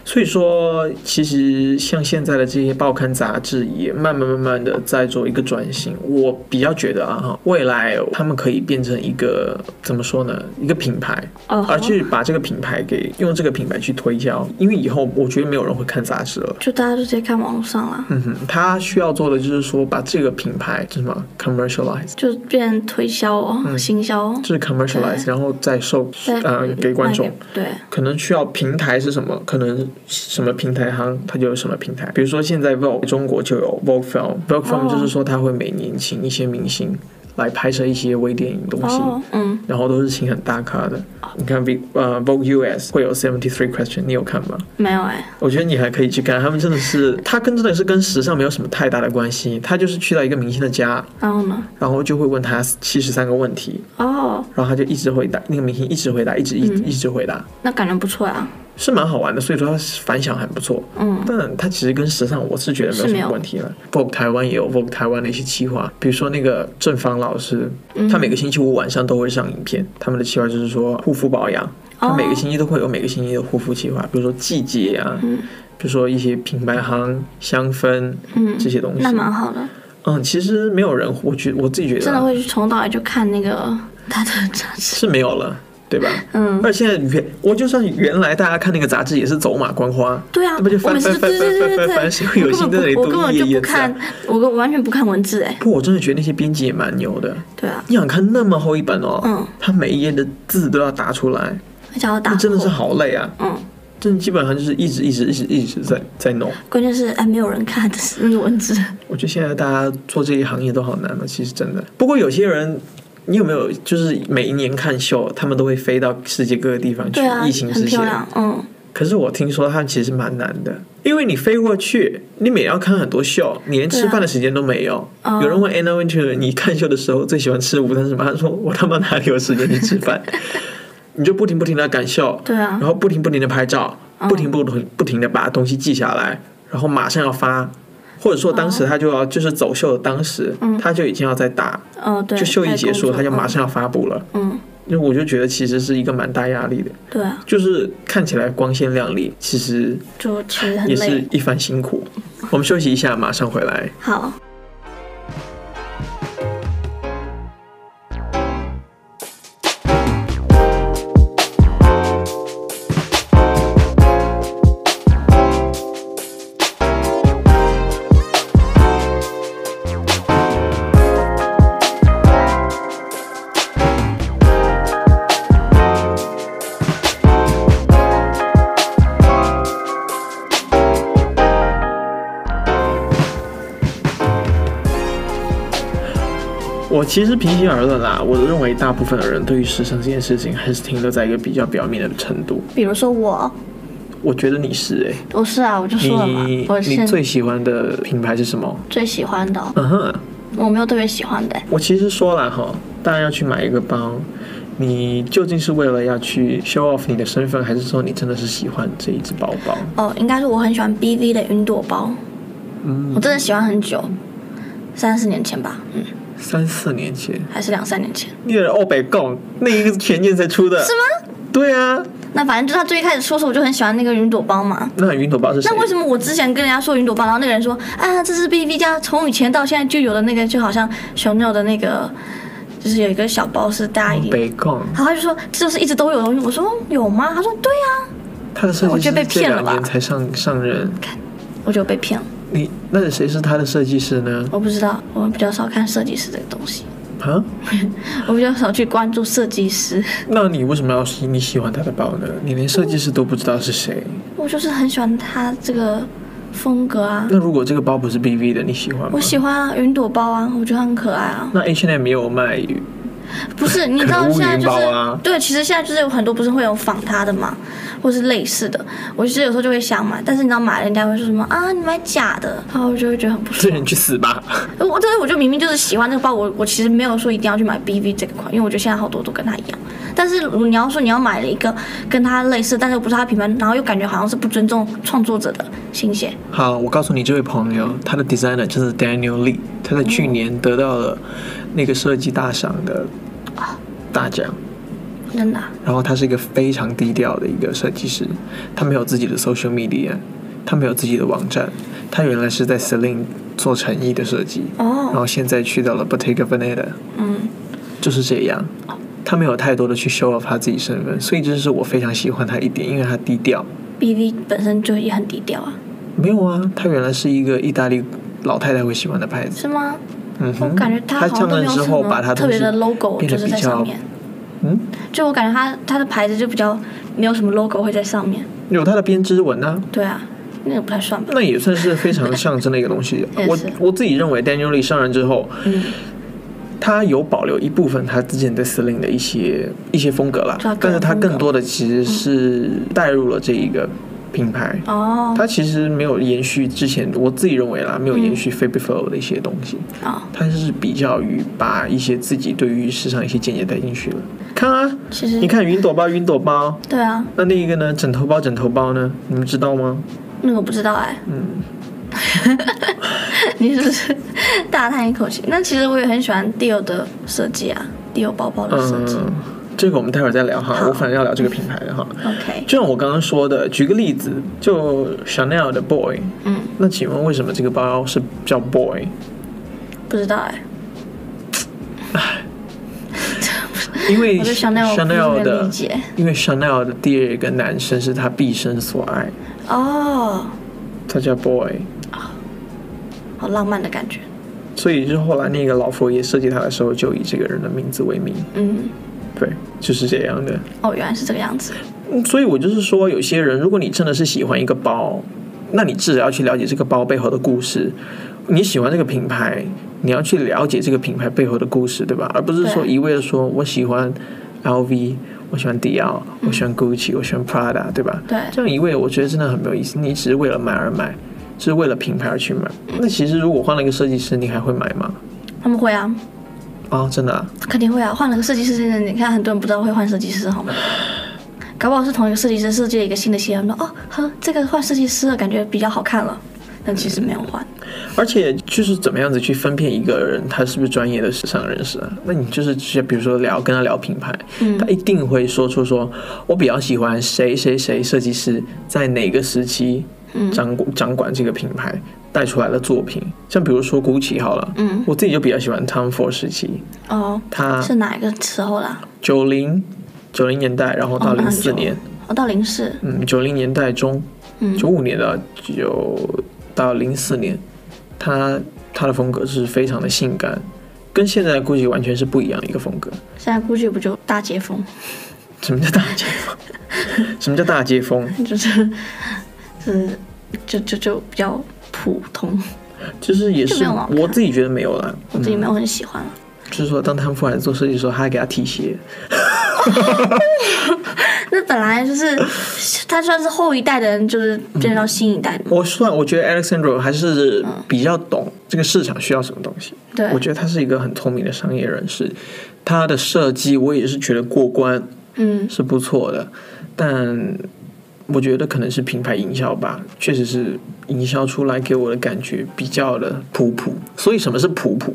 A: 所以说，其实像现在的这些报刊杂志也慢慢慢慢的在做一个转型。我比较觉得啊，哈，未来他们可以变成一个怎么说呢？一个品牌，
B: 哦，
A: 而去把这个品牌给用这个品牌去推销。因为以后我觉得没有人会看杂志了。
B: 就大家就直接看网络上啦，
A: 嗯哼，他需要做的就是说把这个品牌叫什么 commercialize，
B: 就变推销哦，行销哦，
A: 就是 commercialize，然后再售
B: 再
A: 嗯呃给观众
B: 卖。对，
A: 可能需要平台是什么？可能什么平台行它就有什么平台。比如说现在 Vogue 中国就有 Vogue Film，Vogue Film
B: 哦
A: 就是说它会每年请一些明星来拍摄一些微电影东西。
B: 哦，嗯，
A: 然后都是请很大咖的，你看 V 呃 Vogue US 会有 Seventy Three Question，你有看吗？
B: 没有哎，
A: 我觉得你还可以去看，他们真的是，他跟真的是跟时尚没有什么太大的关系，他就是去到一个明星的家，
B: 然后呢？
A: 然后就会问他七十三个问题，
B: 哦，
A: 然后他就一直回答，那个明星一直回答，一直一直一直回答，
B: 那感觉不错啊，
A: 是蛮好玩的，所以说它反响很不错。
B: 嗯，
A: 但它其实跟时尚，我是觉得没有
B: 是
A: 什
B: 没
A: 么
B: 有
A: 问题了。Vogue 台湾也有 Vogue 台湾的一些企划，比如说那个郑芳老师，
B: 嗯
A: 他每个星期五晚上都会上影片，他们的企划就是说护肤保养，他
B: 哦
A: 每个星期都会有每个星期的护肤企划，比如说季节啊，比如说一些品牌行香氛，
B: 嗯
A: 这些东西
B: 那。蛮好的，
A: 嗯，其实没有人，我觉我自己觉得啊
B: 真的会去从头到尾就看那个 *laughs* 他的杂志，
A: 是没有了，对吧？
B: 嗯，
A: 而现在原我就算原来大家看那个杂志也是走马观花，
B: 对啊，
A: 那不就
B: 我
A: 翻
B: 每次
A: 翻翻
B: 就对对
A: 翻翻
B: 对对
A: 翻翻，
B: 对，
A: 谁会有
B: 我
A: 心在
B: 根
A: 那
B: 本
A: 里
B: 不我根
A: 读
B: 本
A: 一
B: 就
A: 页页
B: 不
A: 字啊
B: 看？，我根本完全不看文字哎，
A: 不，我真的觉得那些编辑也蛮牛的。
B: 对啊，
A: 你想看那么厚一本哦，
B: 嗯，
A: 他每一页的字都要打出来，
B: 而且还要打
A: 那
B: 火，
A: 真的是好累啊！
B: 嗯，
A: 真的基本上就是一直一直一直一直在在弄。
B: 关键是哎没有人看的是那个文字，
A: 我觉得现在大家做这一行业都好难了，其实真的。不过有些人，你有没有就是每一年看秀，他们都会飞到世界各个地方去，
B: 对啊，
A: 疫情
B: 很
A: 之
B: 漂
A: 前。
B: 亮，嗯，
A: 可是我听说他们其实蛮难的，因为你飞过去，你每要看很多秀，你连吃饭的时间都没有。
B: 哦
A: 有人问 Anna Winter，你看秀的时候最喜欢吃午餐是什么？他说我他妈哪里有时间去吃饭？ *laughs* 你就不停不停的赶秀，
B: 对啊嗯
A: 然，后不停不停的拍照，不停不停不停的把东西记下来，然后马上要发。或者说，当
B: 哦
A: 时他就要就是走秀的当时，他就已经要在打，
B: 哦嗯对，
A: 就秀一
B: 在
A: 结束，
B: 工作
A: 他就马，上要发布了。
B: 嗯，嗯
A: 因为我就觉得其实是一个蛮大压力的，
B: 对啊，
A: 就是看起来光鲜亮丽，其实
B: 就其实很
A: 也是
B: 累，
A: 一番辛苦。我们休息一下，马上回来。
B: 好，
A: 我其实平心而论啦，我认为大部分的人对于时尚这件事情还是停留在一个比较表面的程度。
B: 比如说我，
A: 我觉得你是哎、
B: 我是啊，我就说了嘛
A: 你，
B: 我
A: 你
B: 现
A: 最喜欢的品牌是什么？
B: 最喜欢的哦，
A: 嗯哼，
B: 我没有特别喜欢的，
A: 我其实说了哈，当然要去买一个包，你究竟是为了要去 show off 你的身份，还是说你真的是喜欢这一只包包？
B: 哦，应该是我很喜欢 BV 的云朵包，
A: 嗯，
B: 我真的喜欢很久，三四年前吧，嗯，
A: 三四年前，
B: 还是两三年前，
A: 你的欧北贡那一个是前年才出的，
B: 是吗？
A: 对啊，
B: 那反正就他最一开始说的时候，我就很喜欢那个云朵包嘛。
A: 那云朵包是谁
B: 那？为什么我之前跟人家说云朵包，然后那个人说啊，这是 B V 家从以前到现在就有的那个，就好像 Chanel 的那个，就是有一个小包是大家一点。
A: 北贡，
B: 然后他就说这就是一直都有的东西。我说哦有吗？他说对啊呀、
A: 他的设
B: 我
A: 计
B: 觉
A: 师
B: 得被
A: 这
B: 骗了
A: 两
B: 吧
A: 年才上上任，
B: 我就被骗了。
A: 你那谁是他的设计师呢？
B: 我不知道，我比较少看设计师这个东西，
A: 啊？
B: 我比较少去关注设计师。
A: 那你为什么要喜你喜欢他的包呢？你连设计师都不知道是谁？
B: 我就是很喜欢他这个风格啊，
A: 那如果这个包不是 BV 的，你喜欢吗？
B: 我喜欢啊，云朵包啊，我觉得很可爱啊。
A: 那 H&M 也有卖 *laughs*
B: 不是，你知道
A: 可恶
B: 现在
A: 云
B: 就是、
A: 包啊
B: 对，其实现在就是有很多不是会有仿它的嘛，或是类似的。我其实有时候就会想买，但是你知道买了人家会说什么啊，你买假的，然后我就会觉得很不
A: *laughs* 这
B: 爽。
A: 人去死吧！
B: 我但是我就明明就是喜欢这个包，我我其实没有说一定要去买 BV 这个款，因为我觉得现在好多都跟它一样。但是你要说你要买了一个跟它类似，但是又不是它品牌，然后又感觉好像是不尊重创作者的心血。
A: 好，我告诉你，这位朋友，他的 designer 就是 Daniel Lee，他在去年得到了那个设计大赏的大奖。
B: 真的啊、
A: 然后他是一个非常低调的一个设计师，他没有自己的 social media，他没有自己的网站，他原来是在 Celine 做成衣的设计，然
B: 哦，
A: 后现在去到了 Bottega Veneta，
B: 嗯，
A: 就是这样。他没有太多的去 show off 他自己身份，所以这是我非常喜欢他一点，因为他低调。
B: b v 本身就也很低调啊，
A: 没有啊，他原来是一个意大利老太太会喜欢的牌子。
B: 是吗？
A: 嗯
B: 我
A: 哼，
B: 感觉
A: 他
B: 它好像
A: 上
B: 都没
A: 任
B: 有
A: 之
B: 什
A: 后把
B: 么
A: 他
B: 特
A: 东
B: 别
A: 西
B: 的 logo，
A: 变
B: 就
A: 得
B: 是
A: 比
B: 在上
A: 较
B: 面。
A: 嗯，
B: 就我感觉它它的牌子就比较没有什么 logo 会在上面。
A: 有他的编织纹啊，
B: 对啊，那个不太算吧。
A: 那也算是非常象征的一个东西
B: *laughs* 也。
A: 我
B: 是
A: 我自己认为，Daniel Lee 上任之后，
B: 嗯，
A: 他有保留一部分他之前对 Celine 的一些一些风格啦
B: 对啊，
A: 但是他
B: 个人风格
A: 更多的其实是带入了这一个品牌。
B: 哦，
A: 他其实没有延续之前，我自己认为啦，没有延续 f a b i Flow 的一些东西，
B: 啊、
A: 他是比较于把一些自己对于时尚一些见解带进去了。看啊，
B: 其实
A: 你看云朵包，云朵包，
B: 对啊，
A: 那另一个呢？枕头包，枕头包呢？你们知道吗？
B: 那个我不知道哎、
A: 嗯，
B: *laughs* 你是不是大叹一口气？那其实我也很喜欢 Dior 的设计啊，Dior 包包的设计。
A: 嗯，这个我们待会儿再聊哈
B: 好。
A: 我反正要聊这个品牌的哈。
B: OK，
A: 就像我刚刚说的，举个例子，就 Chanel 的 Boy，
B: 嗯，
A: 那请问为什么这个包是叫 Boy？
B: 不知道哎、
A: 因为
B: 我对 Chanel 我不是
A: Chanel
B: 很理
A: 的，
B: 解。
A: 因为 Chanel 的第二个男生是他毕生所爱，
B: 哦，
A: 他叫 Boy，
B: 好浪漫的感觉。
A: 所以就是后来那个老佛爷设计他的时候，就以这个人的名字为名，
B: 嗯，
A: 对，就是这样的。
B: 哦，原来是这个样子。
A: 嗯所以我就是说，有些人，如果你真的是喜欢一个包，那你至少要去了解这个包背后的故事。你喜欢这个品牌，你要去了解这个品牌背后的故事，对吧？而不是说
B: 对
A: 一味的说我喜欢 LV，我喜欢迪奥，我喜欢 Gucci，、我喜欢 Prada，对吧？
B: 对
A: 这样一味，我觉得真的很没有意思。你只是为了买而买，只是为了品牌而去买。那其实如果换了一个设计师，你还会买吗？
B: 他们会啊，
A: 啊、真的、啊，
B: 肯定会啊。换了个设计师，真的，你看很多人不知道会换设计师，好吗？搞不好是同一个设计师设计了一个新的鞋，说哦，呵，这个换设计师了，感觉比较好看了，但其实没有换。
A: 而且就是怎么样子去分辨一个人他是不是专业的时尚人士啊？那你就是直接比如说聊跟他聊品牌，
B: 嗯
A: 他一定会说出说我比较喜欢谁谁谁设计师在哪个时期
B: 嗯
A: 掌管掌管这个品牌带出来的作品，像比如说 GUCCI 好了，
B: 嗯
A: 我自己就比较喜欢 Tom Ford 时期，
B: 哦，
A: 他
B: 是哪一个时候啦？
A: 九零九零年代，然后到
B: 哦那
A: 零
B: 很久
A: 四年，
B: 哦，到零四，
A: 嗯，九零年代中，
B: 嗯
A: 九五年到九到零四年，他他的风格是非常的性感，跟现在的 GUCCI 完全是不一样的一个风格。
B: 现在估计不就大街风，
A: 什么叫大街风？ *laughs* 什么叫大街风？
B: 就是，就是，就就就比较普通，
A: 就是也
B: 就没
A: 是
B: 有好看
A: 我自己觉得没有啦，
B: 我自己没有很喜欢了。
A: 就是说当他父来做设计的时候，他还给他提鞋，
B: 那本来
A: *laughs*
B: 就是他算是后一代的人，就是变到新一代的嘛。
A: 我算我觉得 Alexandro 还是比较懂这个市场需要什么东西。
B: 嗯对
A: 我觉得他是一个很聪明的商业人士，他的设计我也是觉得过关
B: 嗯，
A: 是不错的，但我觉得可能是品牌营销吧，确实是营销出来给我的感觉比较的普普。所以什么是普普？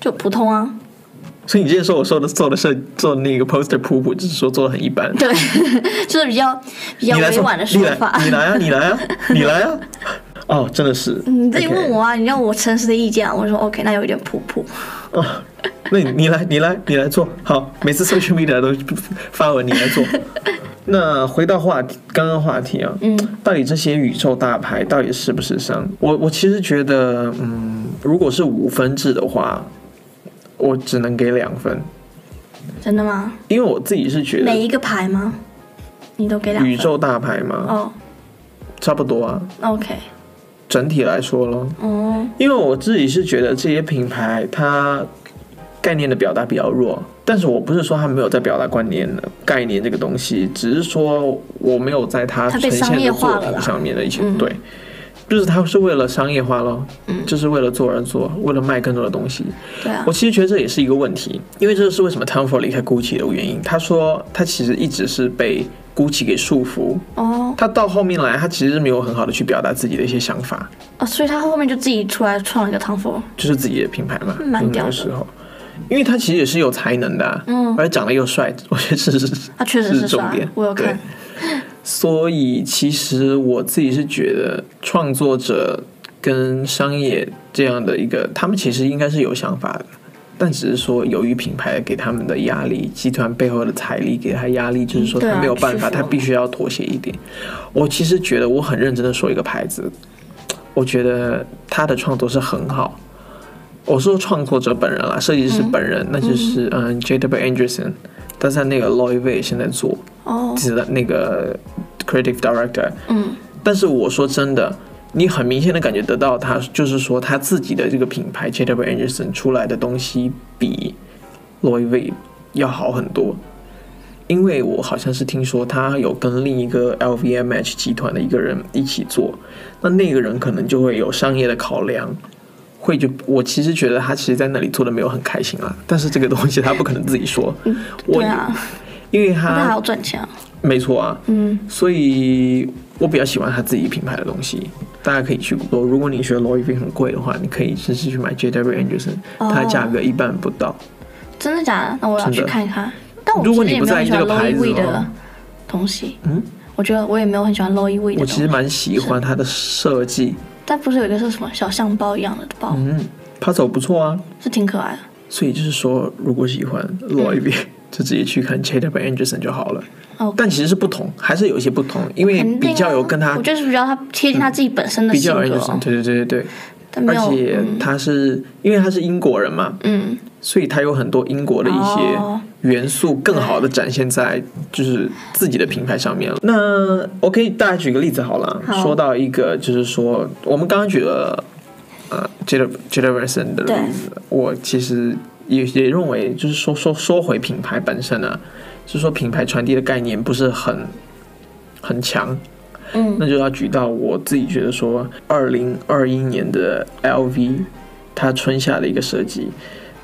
B: 就普通啊。
A: 所以你之前说我说的做的设做那个 poster 普普，只是说做的很一般。
B: *laughs* 对，就是比较比较
A: 你来
B: 委
A: 说
B: 婉的，说
A: 你来
B: 法，。
A: 你来啊，你来啊，你来啊！哦，真的是，
B: *laughs* 你自己问
A: OK
B: 我啊你让我诚实的意见啊，我说 OK，那有一点普普。
A: 哦，那你你来，你来，你来做好。每次 social media 都发文，你来
B: *laughs*
A: 做。那回到话题，刚刚话题啊，
B: 嗯，
A: 到底这些宇宙大牌到底时不时尚？我我其实觉得，嗯，如果是五分制的话，我只能给两分，
B: 真的吗？
A: 因为我自己是觉
B: 每
A: 得
B: 一个牌吗？你都给两分？
A: 宇宙大牌嘛，
B: 哦
A: 差不多啊，
B: ，OK，
A: 整体来说咯。
B: 哦，
A: 因为我自己是觉得这些品牌它概念的表达比较弱，但是我不是说它没有在表达观念的概念这个东西，只是说我没有在它
B: 它
A: 呈
B: 被
A: 现
B: 商业
A: 的
B: 化
A: 作
B: 了啦
A: 品上面的一些
B: 嗯
A: 对。就是它是为了商业化咯，就是为了做而做，为了卖更多的东西。
B: 对啊
A: 我，其实觉得这也是一个问题，因为这是为什么 Tom Ford 离开 GUCCI 的原因。他说他其实一直是被 GUCCI 给束缚，
B: 哦
A: 他到后面来，他其实是没有很好的去表达自己的一些想法，
B: 哦，所以他后面就自己出来创了一个唐佛，
A: 就是自己的品牌嘛。
B: 蛮
A: 就是
B: 屌
A: 那
B: 的
A: 个时候，因为他其实也是有才能的、嗯，而且长得又帅， *laughs* 我觉得这是
B: 他确实
A: 这是重
B: 帅
A: 点，。
B: 我有
A: 对
B: 看，
A: 所以其实我自己是觉得，创作者跟商业这样的一个，他们其实应该是有想法的，但只是说由于品牌给他们的压力，集团背后的财力给他压力，就是说
B: 对啊
A: 他没有办法，
B: 屈服
A: 他必须要妥协一点。我其实觉得我很认真的说一个牌子，我觉得他的创作是很好。我说创作者本人啦，设计师本人，那就是嗯 J.W. Anderson，但是那个 l o y v e 现在做，
B: 哦，
A: 自己的那个 creative director。
B: 嗯，
A: 但是我说真的，你很明显的感觉得到他，就是说他自己的这个品牌 J.W. Anderson 出来的东西比 Louis V 要好很多。因为我好像是听说他有跟另一个 LVMH 集团的一个人一起做，那那个人可能就会有商业的考量，会就我其实觉得他其实在那里做的没有很开心啦，但是这个东西他不可能自己说，我
B: 对啊，
A: 因为
B: 那还
A: 他
B: 要赚钱啊，
A: 没错啊，
B: 嗯，
A: 所以我比较喜欢他自己品牌的东西，大家可以去多。如果你觉得 Louis V 很贵的话，你可以试试去买 J.W. Anderson，
B: 哦
A: 它的价格一半不到。
B: 真的假的？那我要
A: 真的
B: 去看一看。但我
A: 如果
B: 其实
A: 你
B: 也
A: 不
B: 没有
A: 在意
B: 很喜
A: 这个牌
B: 欢 Low
A: 子
B: E
A: 的
B: 的
A: 话，
B: 东西，
A: 嗯，
B: 我觉得我也没有很喜欢 Low E 味的
A: 我
B: 东
A: 其实
B: 西。
A: 蛮喜欢它的设计，
B: 但不是有一个是什么小象包一样的包，
A: 嗯，它走不错啊。
B: 是挺可爱的。
A: 所以就是说，如果喜欢 Louis V，、就直接去看 J.W. Anderson 就好了。
B: 嗯哦
A: 但其实是不同，还是有一些不同，因为
B: 肯定啊
A: 比较有跟它
B: 我觉得是比较他贴近他自己本身的
A: 比
B: 性
A: 较有
B: 格
A: Anderson，
B: 哦，
A: 对对对对对，
B: 但没
A: 而
B: 有
A: 且
B: 嗯
A: 他是因为他是英国人嘛，
B: 嗯
A: 所以它有很多英国的一些
B: 哦
A: 元素，更好的展现在就是自己的品牌上面了。那我可以大家举个例子好了，
B: 好
A: 说到一个就是说，我们刚刚举了呃 j e j e r e r s o n 的
B: 对
A: 例子，我其实也也认为就是说说说回品牌本身啊，就是说品牌传递的概念不是很很强，
B: 嗯
A: 那就要举到我自己觉得说，二零二一年的 LV，它春夏的一个设计，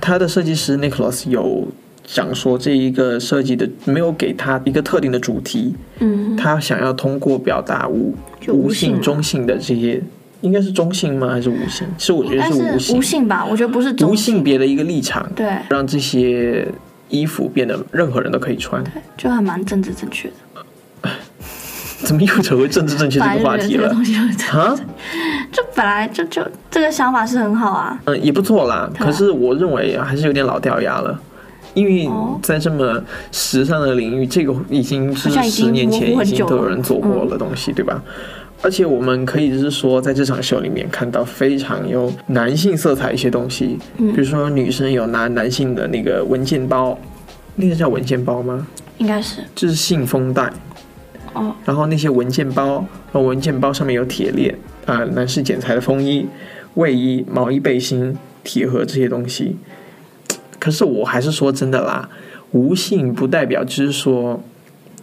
A: 它的设计师 Nicholas 有讲说这一个设计的没有给他一个特定的主题，
B: 嗯，
A: 他想要通过表达无
B: 就无性
A: 性
B: 嘛
A: 中性的这些，应该是中性吗？还是无性？其实我觉
B: 应
A: 得
B: 该
A: 无
B: 是
A: 性
B: 无，性吧？我觉得不是中
A: 无性别的一个立场，
B: 对，
A: 让这些衣服变得任何人都可以穿。
B: 就还蛮政治正确的。
A: 怎么又扯回政治正确这
B: 本
A: 个话
B: 来就
A: 题
B: *laughs* 觉得这个
A: 了
B: 东西就是这样，
A: 啊？
B: 就本来就就这个想法是很好啊。
A: 嗯，也不错啦。
B: 对啊
A: 可是我认为还是有点老掉牙了，因为
B: 哦
A: 在这么时尚的领域，这个已经是
B: 好像已经
A: 十年前已
B: 模糊很
A: 经
B: 久
A: 都有
B: 了嗯
A: 人做过了东西，对吧？而且我们可以就是说，在这场秀里面看到非常有男性色彩一些东西，
B: 嗯
A: 比如说女生有拿男性的那个文件包，那个叫文件包吗？
B: 应该是
A: 就是信封袋，
B: 哦，
A: 然后那些文件包，然后文件包上面有铁链啊、男士剪裁的风衣、卫衣、毛衣、背心、铁盒这些东西。可是我还是说真的啦，无性不代表就是说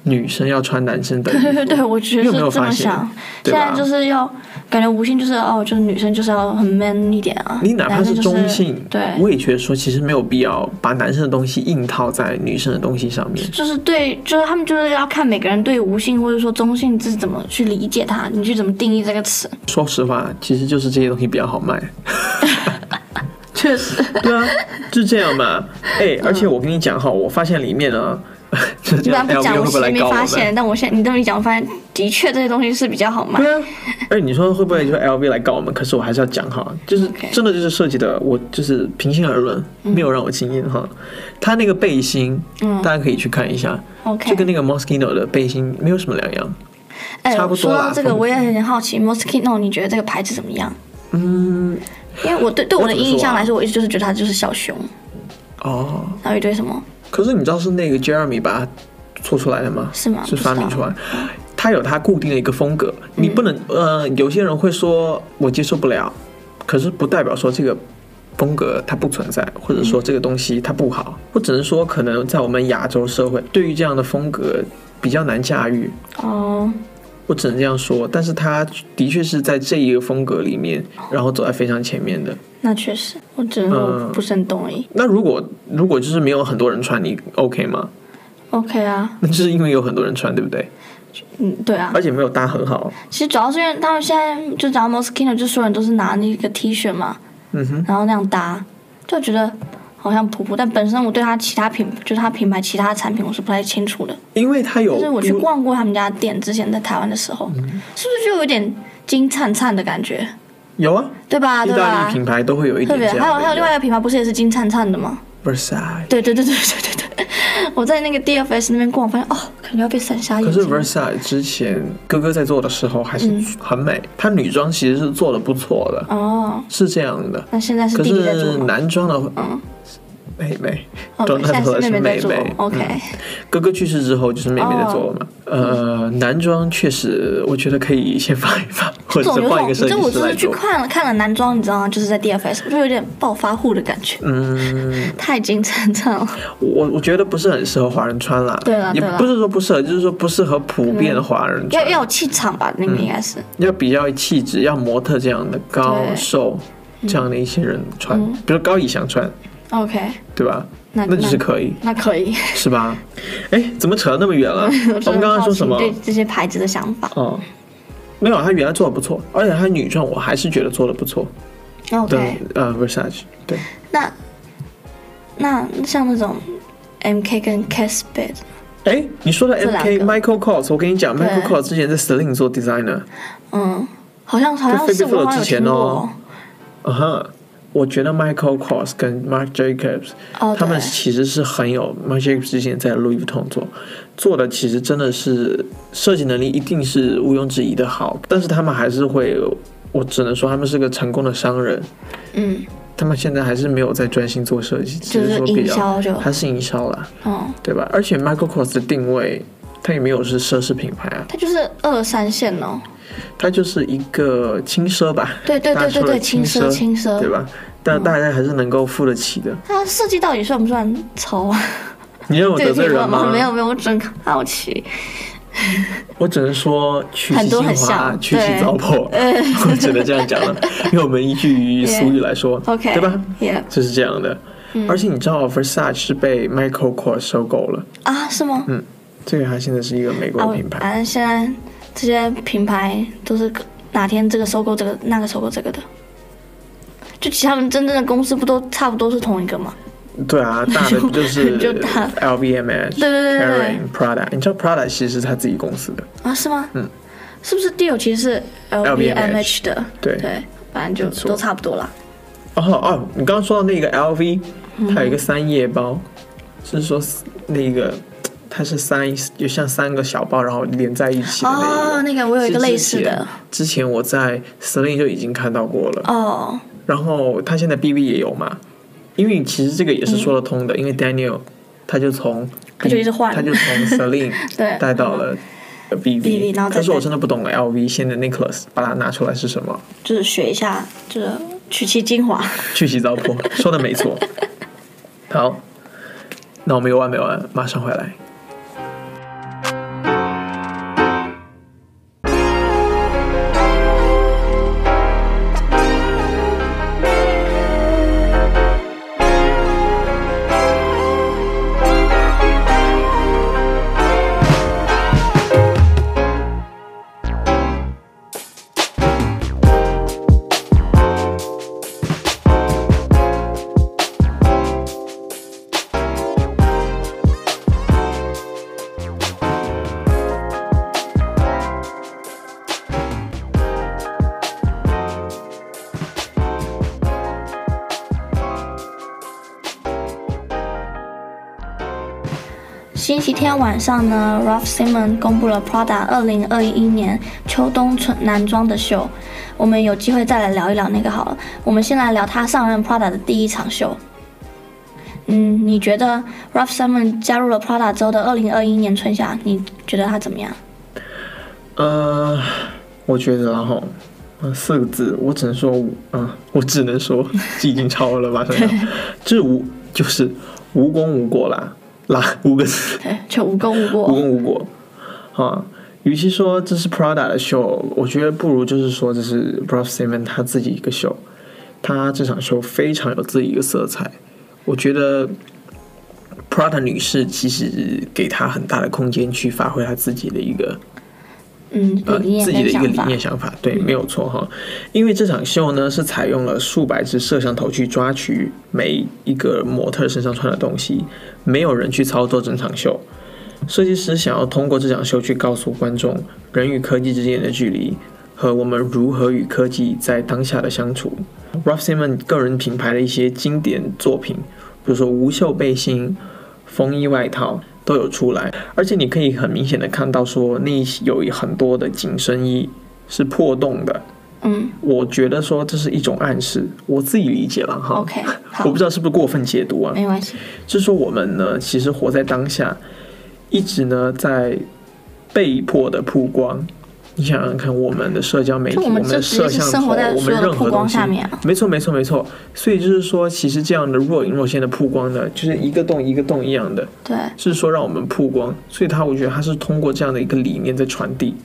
A: 女生要穿男
B: *laughs*
A: 生的衣服，
B: 对对对，我觉得
A: 你有没有
B: 是这
A: 发
B: 么
A: 现
B: 想。
A: 对
B: 现
A: 吧
B: 在就是要感觉无性就是哦，就是女生就是要很 man 一点啊。
A: 你哪怕
B: 男生
A: 是
B: 就是
A: 中性，
B: 对，
A: 我也觉得说其实没有必要把男生的东西硬套在女生的东西上面。
B: 就是对，就是他们就是要看每个人对无性或者说中性是怎么去理解它，你去怎么定义这个词。
A: 说实话，其实就是这些东西比较好卖。
B: *laughs* 确实，
A: 对啊，就这样嘛。哎，而且我跟你讲哈，我发现里面呢， *laughs* 这
B: 你
A: 样
B: 不
A: LV
B: 讲，
A: 会
B: 我
A: 不
B: 其
A: 会
B: 实
A: 来
B: 没
A: 哎搞我
B: 发
A: 们？
B: 现，但我现在你这么一讲，我发现的确这些东西是比较好卖。
A: 对啊，哎，你说会不会就 LV 来告我们？可是我还是要讲哈，就是
B: OK
A: 真的就是设计的，我就是平心而论，没有让我惊艳哈。他那个背心，
B: 嗯
A: 大家可以去看一下，就
B: OK，
A: 跟那个 Moschino 的背心没有什么两样。
B: 哎
A: 差不，多啊嗯
B: 说
A: 啦
B: 到这
A: 差
B: 个，
A: 不多
B: 我也很好奇，Moschino，你觉得这个牌子怎么样？嗯，因为我对对
A: 我
B: 我的
A: 怎么
B: 印象
A: 说啊
B: 来说，我一直就是觉得它就是小熊，
A: 哦，
B: 然后一堆什么
A: 可是你知道是那个 Jeremy 把它做出来的吗？
B: 是吗？
A: 是发明出
B: 来。
A: 来，它有它固定的一个风格，你不能
B: 嗯
A: 呃，有些人会说我接受不了，可是不代表说这个风格它不存在，或者说
B: 嗯
A: 这个东西它不好，我只能说可能在我们亚洲社会，对于这样的风格比较难驾驭，
B: 哦，
A: 我只能这样说。但是他的确是在这一个风格里面，然后走在非常前面的。
B: 那确实，我只能说我
A: 嗯
B: 不是很懂而已。
A: 那如果如果就是没有很多人穿，你 OK 吗？
B: OK 啊，
A: 那就是因为有很多人穿，对不对？
B: 嗯，对啊。
A: 而且没有搭很好。
B: 其实主要是因为他们现在就找到 Moschino，就所有人都是拿那个 T 恤嘛，
A: 嗯哼，
B: 然后那样搭，就觉得好像普普。但本身我对他其他品，就是他品牌其他产品我是不太清楚的。
A: 因为他有
B: 就是我去
A: 多
B: 逛过他们家店，之前在台湾的时
A: 嗯
B: 候，是不是就有点金灿灿的感觉，
A: 有啊，
B: 对吧？
A: 意
B: 对
A: 大
B: 吧
A: 利？品牌都会有一
B: 特
A: 点这样
B: 别
A: 的。
B: 还有还有另外一个品牌不是也是金灿灿的吗？
A: Versace，
B: 对对对对对对 *laughs* 对，我在那个 DFS 那边逛，发现哦，感觉要被闪瞎眼
A: 可
B: 睛
A: 是
B: 了。
A: Versace 之前哥哥在做的时候还是
B: 嗯
A: 很美，他女装其实是做的不错的，
B: 哦，
A: 是这样的。
B: 那现在是
A: 可
B: 弟弟在做
A: 是
B: 吗？
A: 男装的话，
B: 嗯
A: 妹妹，
B: ，OK，
A: 装
B: 现在
A: *laughs* 男装的
B: 是
A: 是
B: 妹在
A: 妹
B: 做哦
A: 妹嗯
B: ，OK，
A: 哥哥去世之后就是妹妹在做了嘛。呃，男装确实，我觉得可以先放一放，或者
B: 这种
A: 是
B: 有
A: 换一
B: 种，
A: 个设
B: 这我
A: 计师
B: 真
A: 来
B: 的去
A: 做。
B: 看了看了男装，你知道吗？就是在 DFS，就有点暴发户的感觉，
A: 嗯，
B: *laughs* 太金灿灿了。
A: 我我觉得不是很适合华人穿啦。
B: 对啦
A: 也
B: 对啦
A: 不是说不适合，就是说不适合普遍的华人
B: 要
A: 穿。
B: 要有气场吧，
A: 嗯
B: 那个应该是。
A: 要比较气质，要模特这样的高
B: 对
A: 瘦这样的一些人穿，
B: 嗯
A: 比如高以翔穿，
B: OK，
A: 对吧？
B: 那
A: 那就是可以，
B: 那可以。 *laughs*
A: 是吧？哎，怎么扯到那么远了？我们刚刚说什么
B: 我？真的很好奇对这些牌子的想法。
A: 哦，没有，他原来做的不错，而且他女装我还是觉得做的不错。对
B: OK，，
A: 呃，Versace，对，
B: 那那像那种 MK 跟 Casbed，
A: 哎，你说的
B: 这两
A: MK
B: 个
A: Michael Kors，我跟你讲
B: 对
A: ，Michael Kors 之前在 Celine 做 designer，
B: 嗯，好像好像
A: 跟
B: 是
A: Phoebe
B: 我好像
A: Philo
B: 有
A: 之前
B: 听过
A: 哦。啊哈。我觉得 Michael Kors 跟 Marc Jacobs
B: 哦，
A: 他们
B: 对
A: 其实是很有 m a g i c 之前在 Louis Vuitton 做做的，其实真的是设计能力一定是毋庸置疑的好，但是他们还是会，我只能说他们是个成功的商人，
B: 嗯，
A: 他们现在还是没有在专心做设计，只
B: 就是是
A: 说比
B: 营
A: 较
B: 销就
A: 他是营销啦，
B: 嗯，
A: 对吧？而且 Michael Kors 的定位，它也没有是奢侈品牌啊，
B: 它就是二三线哦。
A: 它就是一个轻奢吧，
B: 对对对
A: 大家
B: 对
A: 说的
B: 对，轻奢
A: 轻
B: 轻
A: 对
B: 奢。
A: 吧？但大家还是能够付得起的。
B: 它设计到底算不算潮啊？
A: 你认为我
B: 这
A: 得
B: 个可
A: 罪
B: 以
A: 人
B: 问
A: 吗？
B: 吗？没有没有，我 *laughs* 只能好奇。
A: 我只能说取其
B: 很多
A: 精
B: 很
A: 华，
B: 像
A: 去其
B: 对嗯
A: 糟粕， *laughs* 我只能这样讲了，因为我们依据
B: *laughs*
A: 于俗语来说
B: OK，嗯
A: 对吧？
B: ？Yeah，
A: 就是这样的。而且你知道，Versace 是被 Michael Kors 收购了，
B: 啊，是吗？
A: 这个它现在是一个美国
B: 啊，
A: 的
B: 我
A: 嗯品牌。
B: 反正现在这些品牌都是哪天这个收购这个，那个收购这个的。就其实他们真正的公司不都差不多是同一个吗？
A: 对啊，大的不
B: *laughs*
A: 就是
B: 就大
A: LVMH、
B: 对对对对对
A: Kering、Prada。你知道 Prada 其实是他自己公司的，
B: 啊，是吗？嗯，是不是 deal 其实是
A: LVMH
B: LVMH 的？
A: 对。
B: 对，反正就
A: 错
B: 都差不多啦。
A: 哦哦，你刚刚说到那个 LV，它
B: 嗯
A: 有一个三叶包，是说那个它是三有像三个小包，然后连在一起的那一个。
B: 哦，那个我有一个
A: 是
B: 类
A: 之
B: 似的
A: 前。之前我在 Celine 就已经看到过了，
B: 哦，
A: 然后他现在 BB 也有嘛，因为其实这个也是说得通的，因为 Daniel 他就从
B: 嗯他就一直换
A: 他就从
B: *laughs*
A: Celine
B: 对，
A: 带到了。BV，
B: BV 然后再
A: 但是我
B: 带
A: 真的不懂 LV 现在 necklace 把它拿出来是什么，
B: 就是学一下，就是取其精华。
A: 去洗糟粕，说的没
B: *laughs*
A: 错。好，那我们有完没完？马上回来。
B: 星期天晚上呢，Ralph Simon 公布了 Prada 二零二一年秋冬春男装的秀，我们有机会再来聊一聊那个好了。我们先来聊他上任 Prada 的第一场秀。嗯，你觉得 Ralph Simon 加入了 Prada 之后的二零二一年春夏，你觉得他怎么样？
A: 呃，我觉得然后。嗯，四个字，我只能说，嗯，我只能说，这已经超了，马上要，这无就是无功无过啦，啦，五个字，
B: 对，就无功无
A: 无
B: 过。
A: 功无过，啊，与其说这是 Prada 的秀，我觉得不如就是说这是 Ralph Simon 他自己一个秀。他这场秀非常有自己一个色彩，我觉得 Prada 女士其实给她很大的空间去发挥她自己的一个
B: 嗯，
A: 呃
B: 理念
A: 自己的
B: 跟
A: 一个
B: 想
A: 理
B: 法嗯
A: 念想法，对，没有错哈。因为这场秀呢是采用了数百只摄像头去抓取每一个模特身上穿的东西，没有人去操作整场秀。设计师想要通过这场秀去告诉观众人与科技之间的距离和我们如何与科技在当下的相处。Ralph Simon 个人品牌的一些经典作品，比如说无袖背心、风衣外套都有出来，而且你可以很明显的看到说那一些有很多的紧身衣是破洞的。
B: 嗯
A: 我觉得说这是一种暗示，我自己理解了哈。
B: ，OK，好
A: 我不，知道是不是过分解读啊，
B: 没关系，
A: 就是说我们呢，其实活在当下，一直呢在被迫的曝光。你想想看，我们的社交媒体，
B: 就我们
A: 的
B: 就直接
A: 摄
B: 是
A: 像
B: 生
A: 头，
B: 活在
A: 我
B: 所
A: 们
B: 有的
A: 任
B: 曝
A: 何东
B: 光
A: 西
B: 下，面啊，
A: 没错，没错，没错。所以就是说，其实这样的若隐若现的曝光呢，就是一个洞一个洞一样的，
B: 对，
A: 是说让我们曝光。所以它，我觉得它是通过这样的一个理念在传递。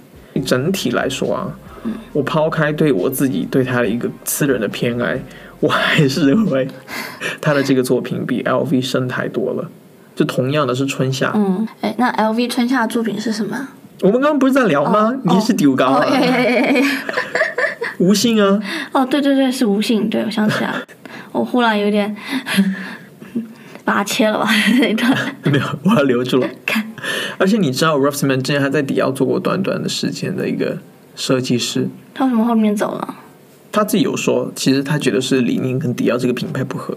A: 整体来说啊，
B: 嗯
A: 我抛开对我自己对它的一个私人的偏爱， *laughs* 我还是认为它的这个作品比 LV 深太多了。就同样的是春夏，
B: 嗯，哎，那 LV 春夏的作品是什么？
A: 我们刚刚不是在聊吗？
B: 哦
A: 你是丢高
B: 哦，
A: 啊，
B: 哎哎哎哎哎
A: 无性
B: *laughs*
A: 啊。
B: 哦，对对对，是无性，对我想起
A: *laughs*
B: 来了，我忽然有点 *laughs* 把它切了吧， *laughs* 那段
A: 没有，我要留住了
B: 看。
A: 而且你知道 r a f s m a n 之前还在迪奥做过短短的时间的一个设计师，
B: 他为什么后面走了？
A: 他自己有说，其实他觉得是李宁跟迪奥这个品牌不合。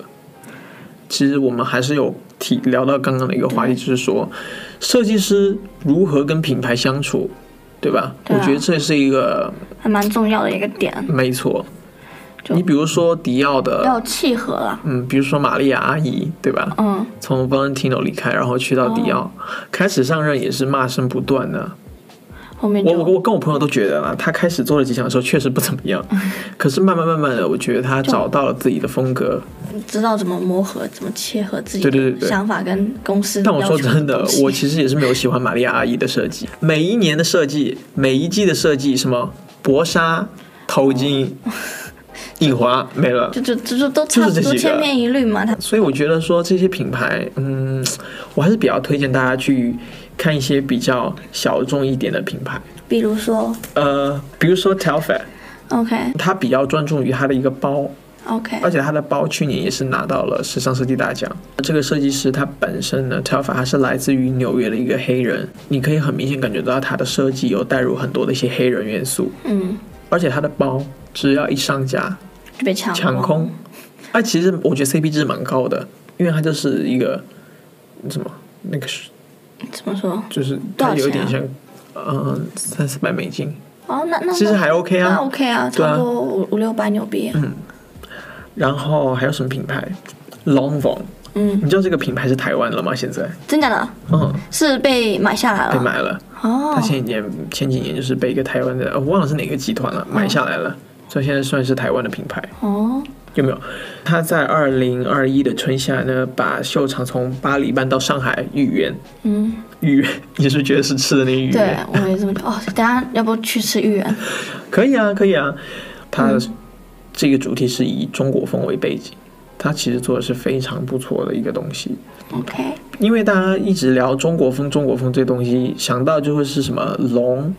A: 其实我们还是有提聊到刚刚的一个话题，就是说设计师如何跟品牌相处，对吧？
B: 对啊
A: 我觉得这是一个
B: 还蛮重要的一个点，
A: 没错。
B: 就
A: 你比如说迪奥的，
B: 要契合了，
A: 嗯，比如说玛利亚阿姨，对吧？
B: 嗯，
A: 从 Valentino 离开，然后去到迪
B: 哦
A: 奥，开始上任也是骂声不断的。
B: 后面
A: 我我
B: 就
A: 我跟我朋友都觉得啦，他开始做了几场的时候确实不怎么
B: *laughs*
A: 样，可是慢慢慢慢的，我觉得他找到了自己的风格。
B: 知道怎么磨合，怎么切合自己
A: 对对对
B: 的
A: 对
B: 想法跟公司
A: 但我
B: 要
A: 说
B: 求
A: 真的
B: 东，西
A: 我其实也是没有喜欢玛利亚阿姨的设计，每一年的设计，每一季的设计，什么薄纱、头
B: *laughs*
A: 巾、印花没了。
B: 就就就就都
A: 就
B: 差
A: 是
B: 不
A: 这
B: 多
A: 几个
B: 千篇一律嘛，他
A: 所以我觉得说这些品牌，嗯，我还是比较推荐大家去看一些比较小众一点的品牌，
B: 比如说
A: 呃，比如说 Telfair，
B: ，OK
A: 它比较专注于它的一个包，
B: OK，
A: 而且他的包去年也是拿到了时尚设计大奖。这个设计师他本身呢 t e l f a 他是来自于纽约的一个黑人，你可以很明显感觉到他的设计有带入很多的一些黑人元素，
B: 嗯，
A: 而且他的包只要一上架
B: 就被抢
A: 抢
B: 了
A: 空，哎、其实我觉得 CP 值蛮高的，因为它就是一个什么那个是
B: 怎么说？
A: 就是
B: 多
A: 它
B: 少钱啊
A: 有点像。嗯，三四百美金，
B: 哦，那那
A: 其实
B: 那
A: 还 OK
B: 那
A: 啊。
B: OK 啊，
A: 对啊嗯
B: 差不多五五六百纽币，
A: 然后还有什么品牌？Longvon，
B: 嗯，
A: 你知道这个品牌是台湾了吗？现在，
B: 真假的
A: 嗯，
B: 是被买下来
A: 被
B: 了，
A: 买了。
B: 哦
A: 他，前几年前几年就是被一个台湾的，呃我忘了是哪个集团了买下来了，所以现在算是台湾的品牌，
B: 哦，
A: 有没有？他在二零二一的春夏呢，把秀场从巴黎搬到上海豫园，
B: 嗯，
A: 豫园 *laughs* 你是不是觉得是吃的那个豫
B: 对
A: 园？
B: 我也这么觉得。哦，等下要不去吃芋圆？
A: 可以啊，可以啊。他这个主题是以中国风为背景，他其实做的是非常不错的一个东西。
B: OK，
A: 因为大家一直聊中国风，中国风这东西，想到就会是什么龙、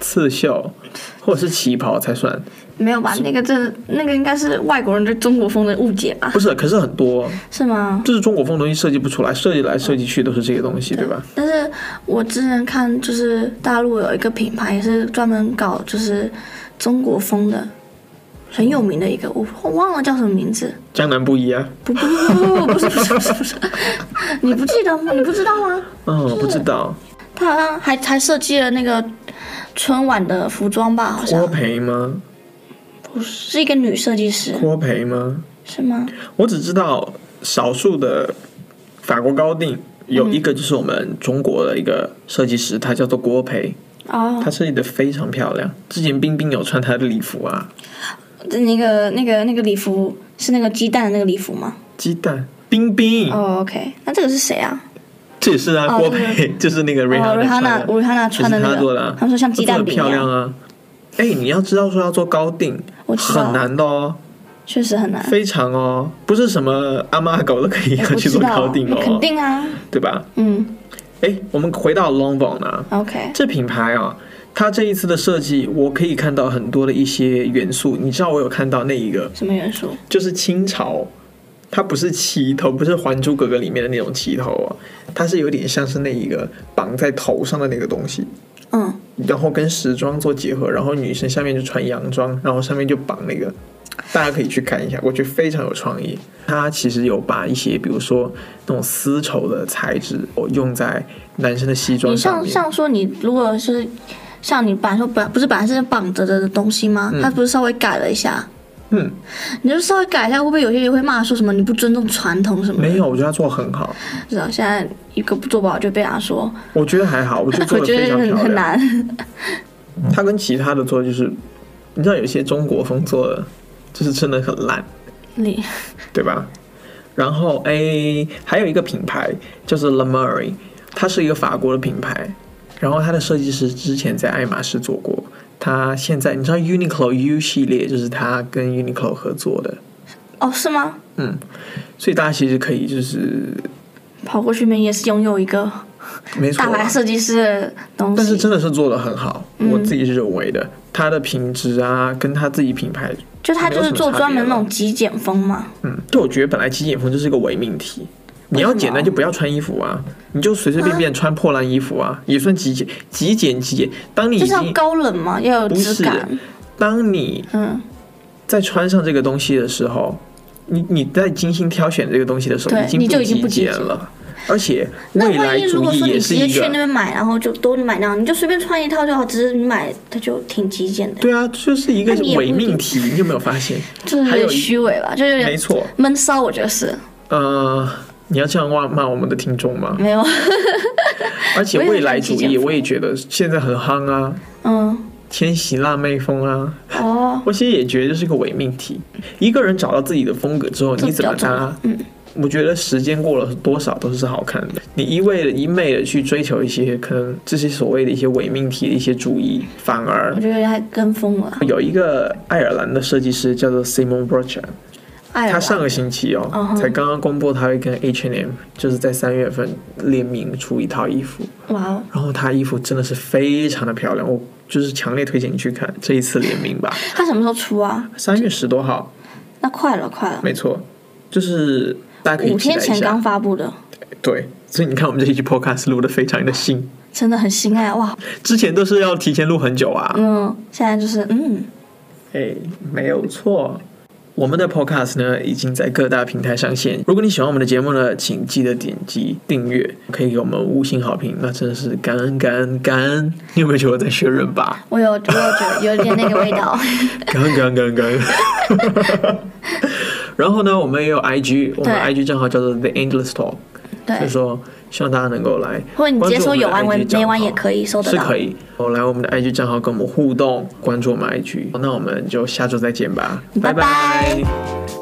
A: 刺绣，或者是旗袍才算。
B: 没有吧？那个真的，那个应该是外国人对中国风的误解吧？
A: 不是，可是很多
B: 是吗？
A: 就是中国风的东西设计不出来，设计来设计去都是这个东西，对吧？
B: 但是我之前看，就是大陆有一个品牌也是专门搞就是中国风的，很有名的一个，我我忘了叫什么名字。
A: 江南布衣啊，
B: 不不不不不不是不是不是不是，你不记得吗？你不知道吗？
A: 嗯，我不知道，
B: 他好像还还设计了那个春晚的服装吧？好
A: 郭
B: 像
A: 培吗？
B: 不是是一个女设计师
A: 郭培吗？
B: 是吗？
A: 我只知道少数的法国高定
B: 嗯
A: 有一个就是我们中国的一个设计师，他叫做郭培，
B: 哦
A: 他，设计的非常漂亮。之前冰冰有穿他的礼服啊，
B: 那个那个那个礼服是那个鸡蛋的那个礼服吗？哦
A: 鸡蛋冰冰
B: 哦，OK，那这个是谁啊？
A: 这也是啊，
B: 哦
A: 郭
B: 对
A: 培就是那个瑞
B: 哦，
A: 哈
B: 瑞哈
A: 穿
B: 娜，
A: 的，
B: 瑞哈娜
A: 也
B: 穿的
A: 是
B: 那
A: 他做的
B: 个
A: 啊，，
B: 他们说像鸡
A: 做
B: 蛋
A: 得
B: 饼
A: 漂
B: 一
A: 亮
B: 样，
A: 啊。哎，你要知道说要做高定
B: 我知道
A: 很，难的哦，
B: 确实
A: *laughs*
B: 很难。
A: 非常哦，不是什么阿猫阿狗都可以
B: 哎
A: 要
B: 我
A: 去
B: 知
A: 做
B: 道
A: 高，定
B: 那肯
A: 哦，
B: 定啊，
A: 对吧？
B: 嗯
A: 哎，我们回到 Longvon 啊，
B: ，OK，
A: 这品牌啊，它这一次的设计，我可以看到很多的一些元素。你知道我有看到那一个，
B: 什么元素？
A: 就是清朝，它不是旗头，不是《还珠格格》里面的那种旗头哦，它是有点像是那一个绑在头上的那个东西，
B: 嗯，
A: 然后跟时装做结合，然后女生下面就穿洋装，然后上面就绑那个。大家可以去看一下，我觉得非常有创意。它其实有把一些，比如说那种丝绸的材质，哦，用在男生的西装
B: 你
A: 上
B: 像
A: 面。
B: 像说你如果是像你本来说本不是本来是绑着的东西吗？他不是稍微改了一下，
A: 嗯，
B: 你就稍微改一下，会不会有些人会骂说什么你不尊重传统什么的？
A: 没有，我觉得它做得很好。
B: 知道现在一个不做不好就被人家说，
A: 我觉得还好，我觉得做
B: *laughs* 我
A: 的
B: 觉
A: 非
B: 得
A: 常
B: 很
A: 漂亮。
B: 很难。
A: 它跟其他的做就是，你知道有些中国风做的，就是真的很烂，
B: 你
A: 对吧？然后诶，还有一个品牌叫做 l a m a r i 它是一个法国的品牌，然后它的设计师之前在爱马仕做过，它现在你知道 Uniqlo U 系列就是它跟 Uniqlo 合作的，
B: 哦是吗？
A: 嗯，所以大家其实可以就是
B: 跑过去面也是拥有一个
A: 没错、
B: 大牌
A: 啊，
B: 设计师嗯的东西，
A: 但是真的是做的很好，我自己是认为的，它的品质啊，跟它自己品牌
B: 就他就是做专门那
A: 没有什么差别
B: 种
A: 了
B: 极简风嘛。
A: 嗯，就我觉得本来极简风就是一个伪命题。你要简单就不要穿衣服啊，你就随随便便穿破烂衣服啊，也算极简。极简极简，当你已
B: 就是要
A: 经
B: 高冷嘛，要有
A: 不
B: 质
A: 是
B: 感。
A: 当你
B: 嗯，
A: 在穿上这个东西的时候，你你在精心挑选这个东西的时候，
B: 对
A: 已经
B: 你就已经
A: 不
B: 不
A: 极
B: 极
A: 简
B: 简
A: 了。而且
B: 那
A: 未
B: 万
A: 来
B: 一如
A: 主
B: 果
A: 义
B: 说你
A: 也
B: 直
A: 是
B: 接
A: 一
B: 去那
A: 个，
B: 边买，然后就都买那样，你就随便穿一套就好，只是你买它就挺极简的，
A: 对啊，就是一个
B: 那你也不一啊
A: 伪
B: 定
A: 命题，你有没有发现？
B: 就是有
A: 还有
B: 点
A: 一
B: 虚伪吧，就有
A: 没
B: 点
A: 错，
B: 闷骚，我觉得是
A: 呃，你要这样骂骂我们的听众吗？
B: 没有。 *laughs*
A: 而且
B: 嗯我也很
A: 未来主
B: 喜欢极
A: 义，
B: 简风
A: 我也觉得现在很夯啊，
B: 嗯，
A: 千禧辣妹风啊，
B: 哦，
A: 我其实也觉得这是个伪命题。一个人找到自己的风格之后，
B: 这
A: 你
B: 比
A: 怎
B: 较
A: 么
B: 重
A: 搭
B: 要？。嗯，
A: 我觉得时间过了多少都是好看的。你一味的、一昧的去追求一些可能这些所谓的一些伪命题的一些主义，反而
B: 我觉得还跟风了。
A: 有一个爱尔兰的设计师叫做 Simon Brocha，
B: 爱尔
A: 他
B: 兰
A: 上个星期
B: 嗯
A: 哦
B: 哼
A: 才刚刚公布他会跟 H&M 就是在三月份联名出一套衣服，
B: 哇哦，
A: 然后他衣服真的是非常的漂亮，我就是强烈推荐你去看这一次联名吧，
B: 他什么时候出啊？
A: 三月十多号。
B: 那快了，快了，
A: 没错，就是大家可以
B: 五
A: 期待
B: 天
A: 一
B: 前
A: 下。
B: 刚发布的，
A: 对，所以你看我们这一期 podcast 录的非常的新，
B: 真的很心爱哇。
A: 之前都是要提前录很久啊。
B: 嗯，现在就是嗯，
A: 哎，没有错。我们的 podcast 呢已经在各大平台上线。如果你喜欢我们的节目呢，请记得点击订阅，可以给我们五星好评，那真的是感恩感恩感恩。你有没有觉得我在学人吧？
B: 我有我有觉得有点那个味道。 *laughs*
A: 感恩感恩感恩感恩。然后呢，我们也有 IG，我们的 IG 账号叫做 The Endless Talk，所以
B: 对，
A: 说希望大家能够来
B: 或者你直接说有完
A: 关
B: 没
A: 注我们的 IG
B: 没完也
A: 账号
B: 可以收得
A: 是
B: 到。
A: 可以。哦，来我们的 IG 账号跟我们互动，关注我们 IG。那我们就下周再见吧，
B: 拜
A: 拜
B: 拜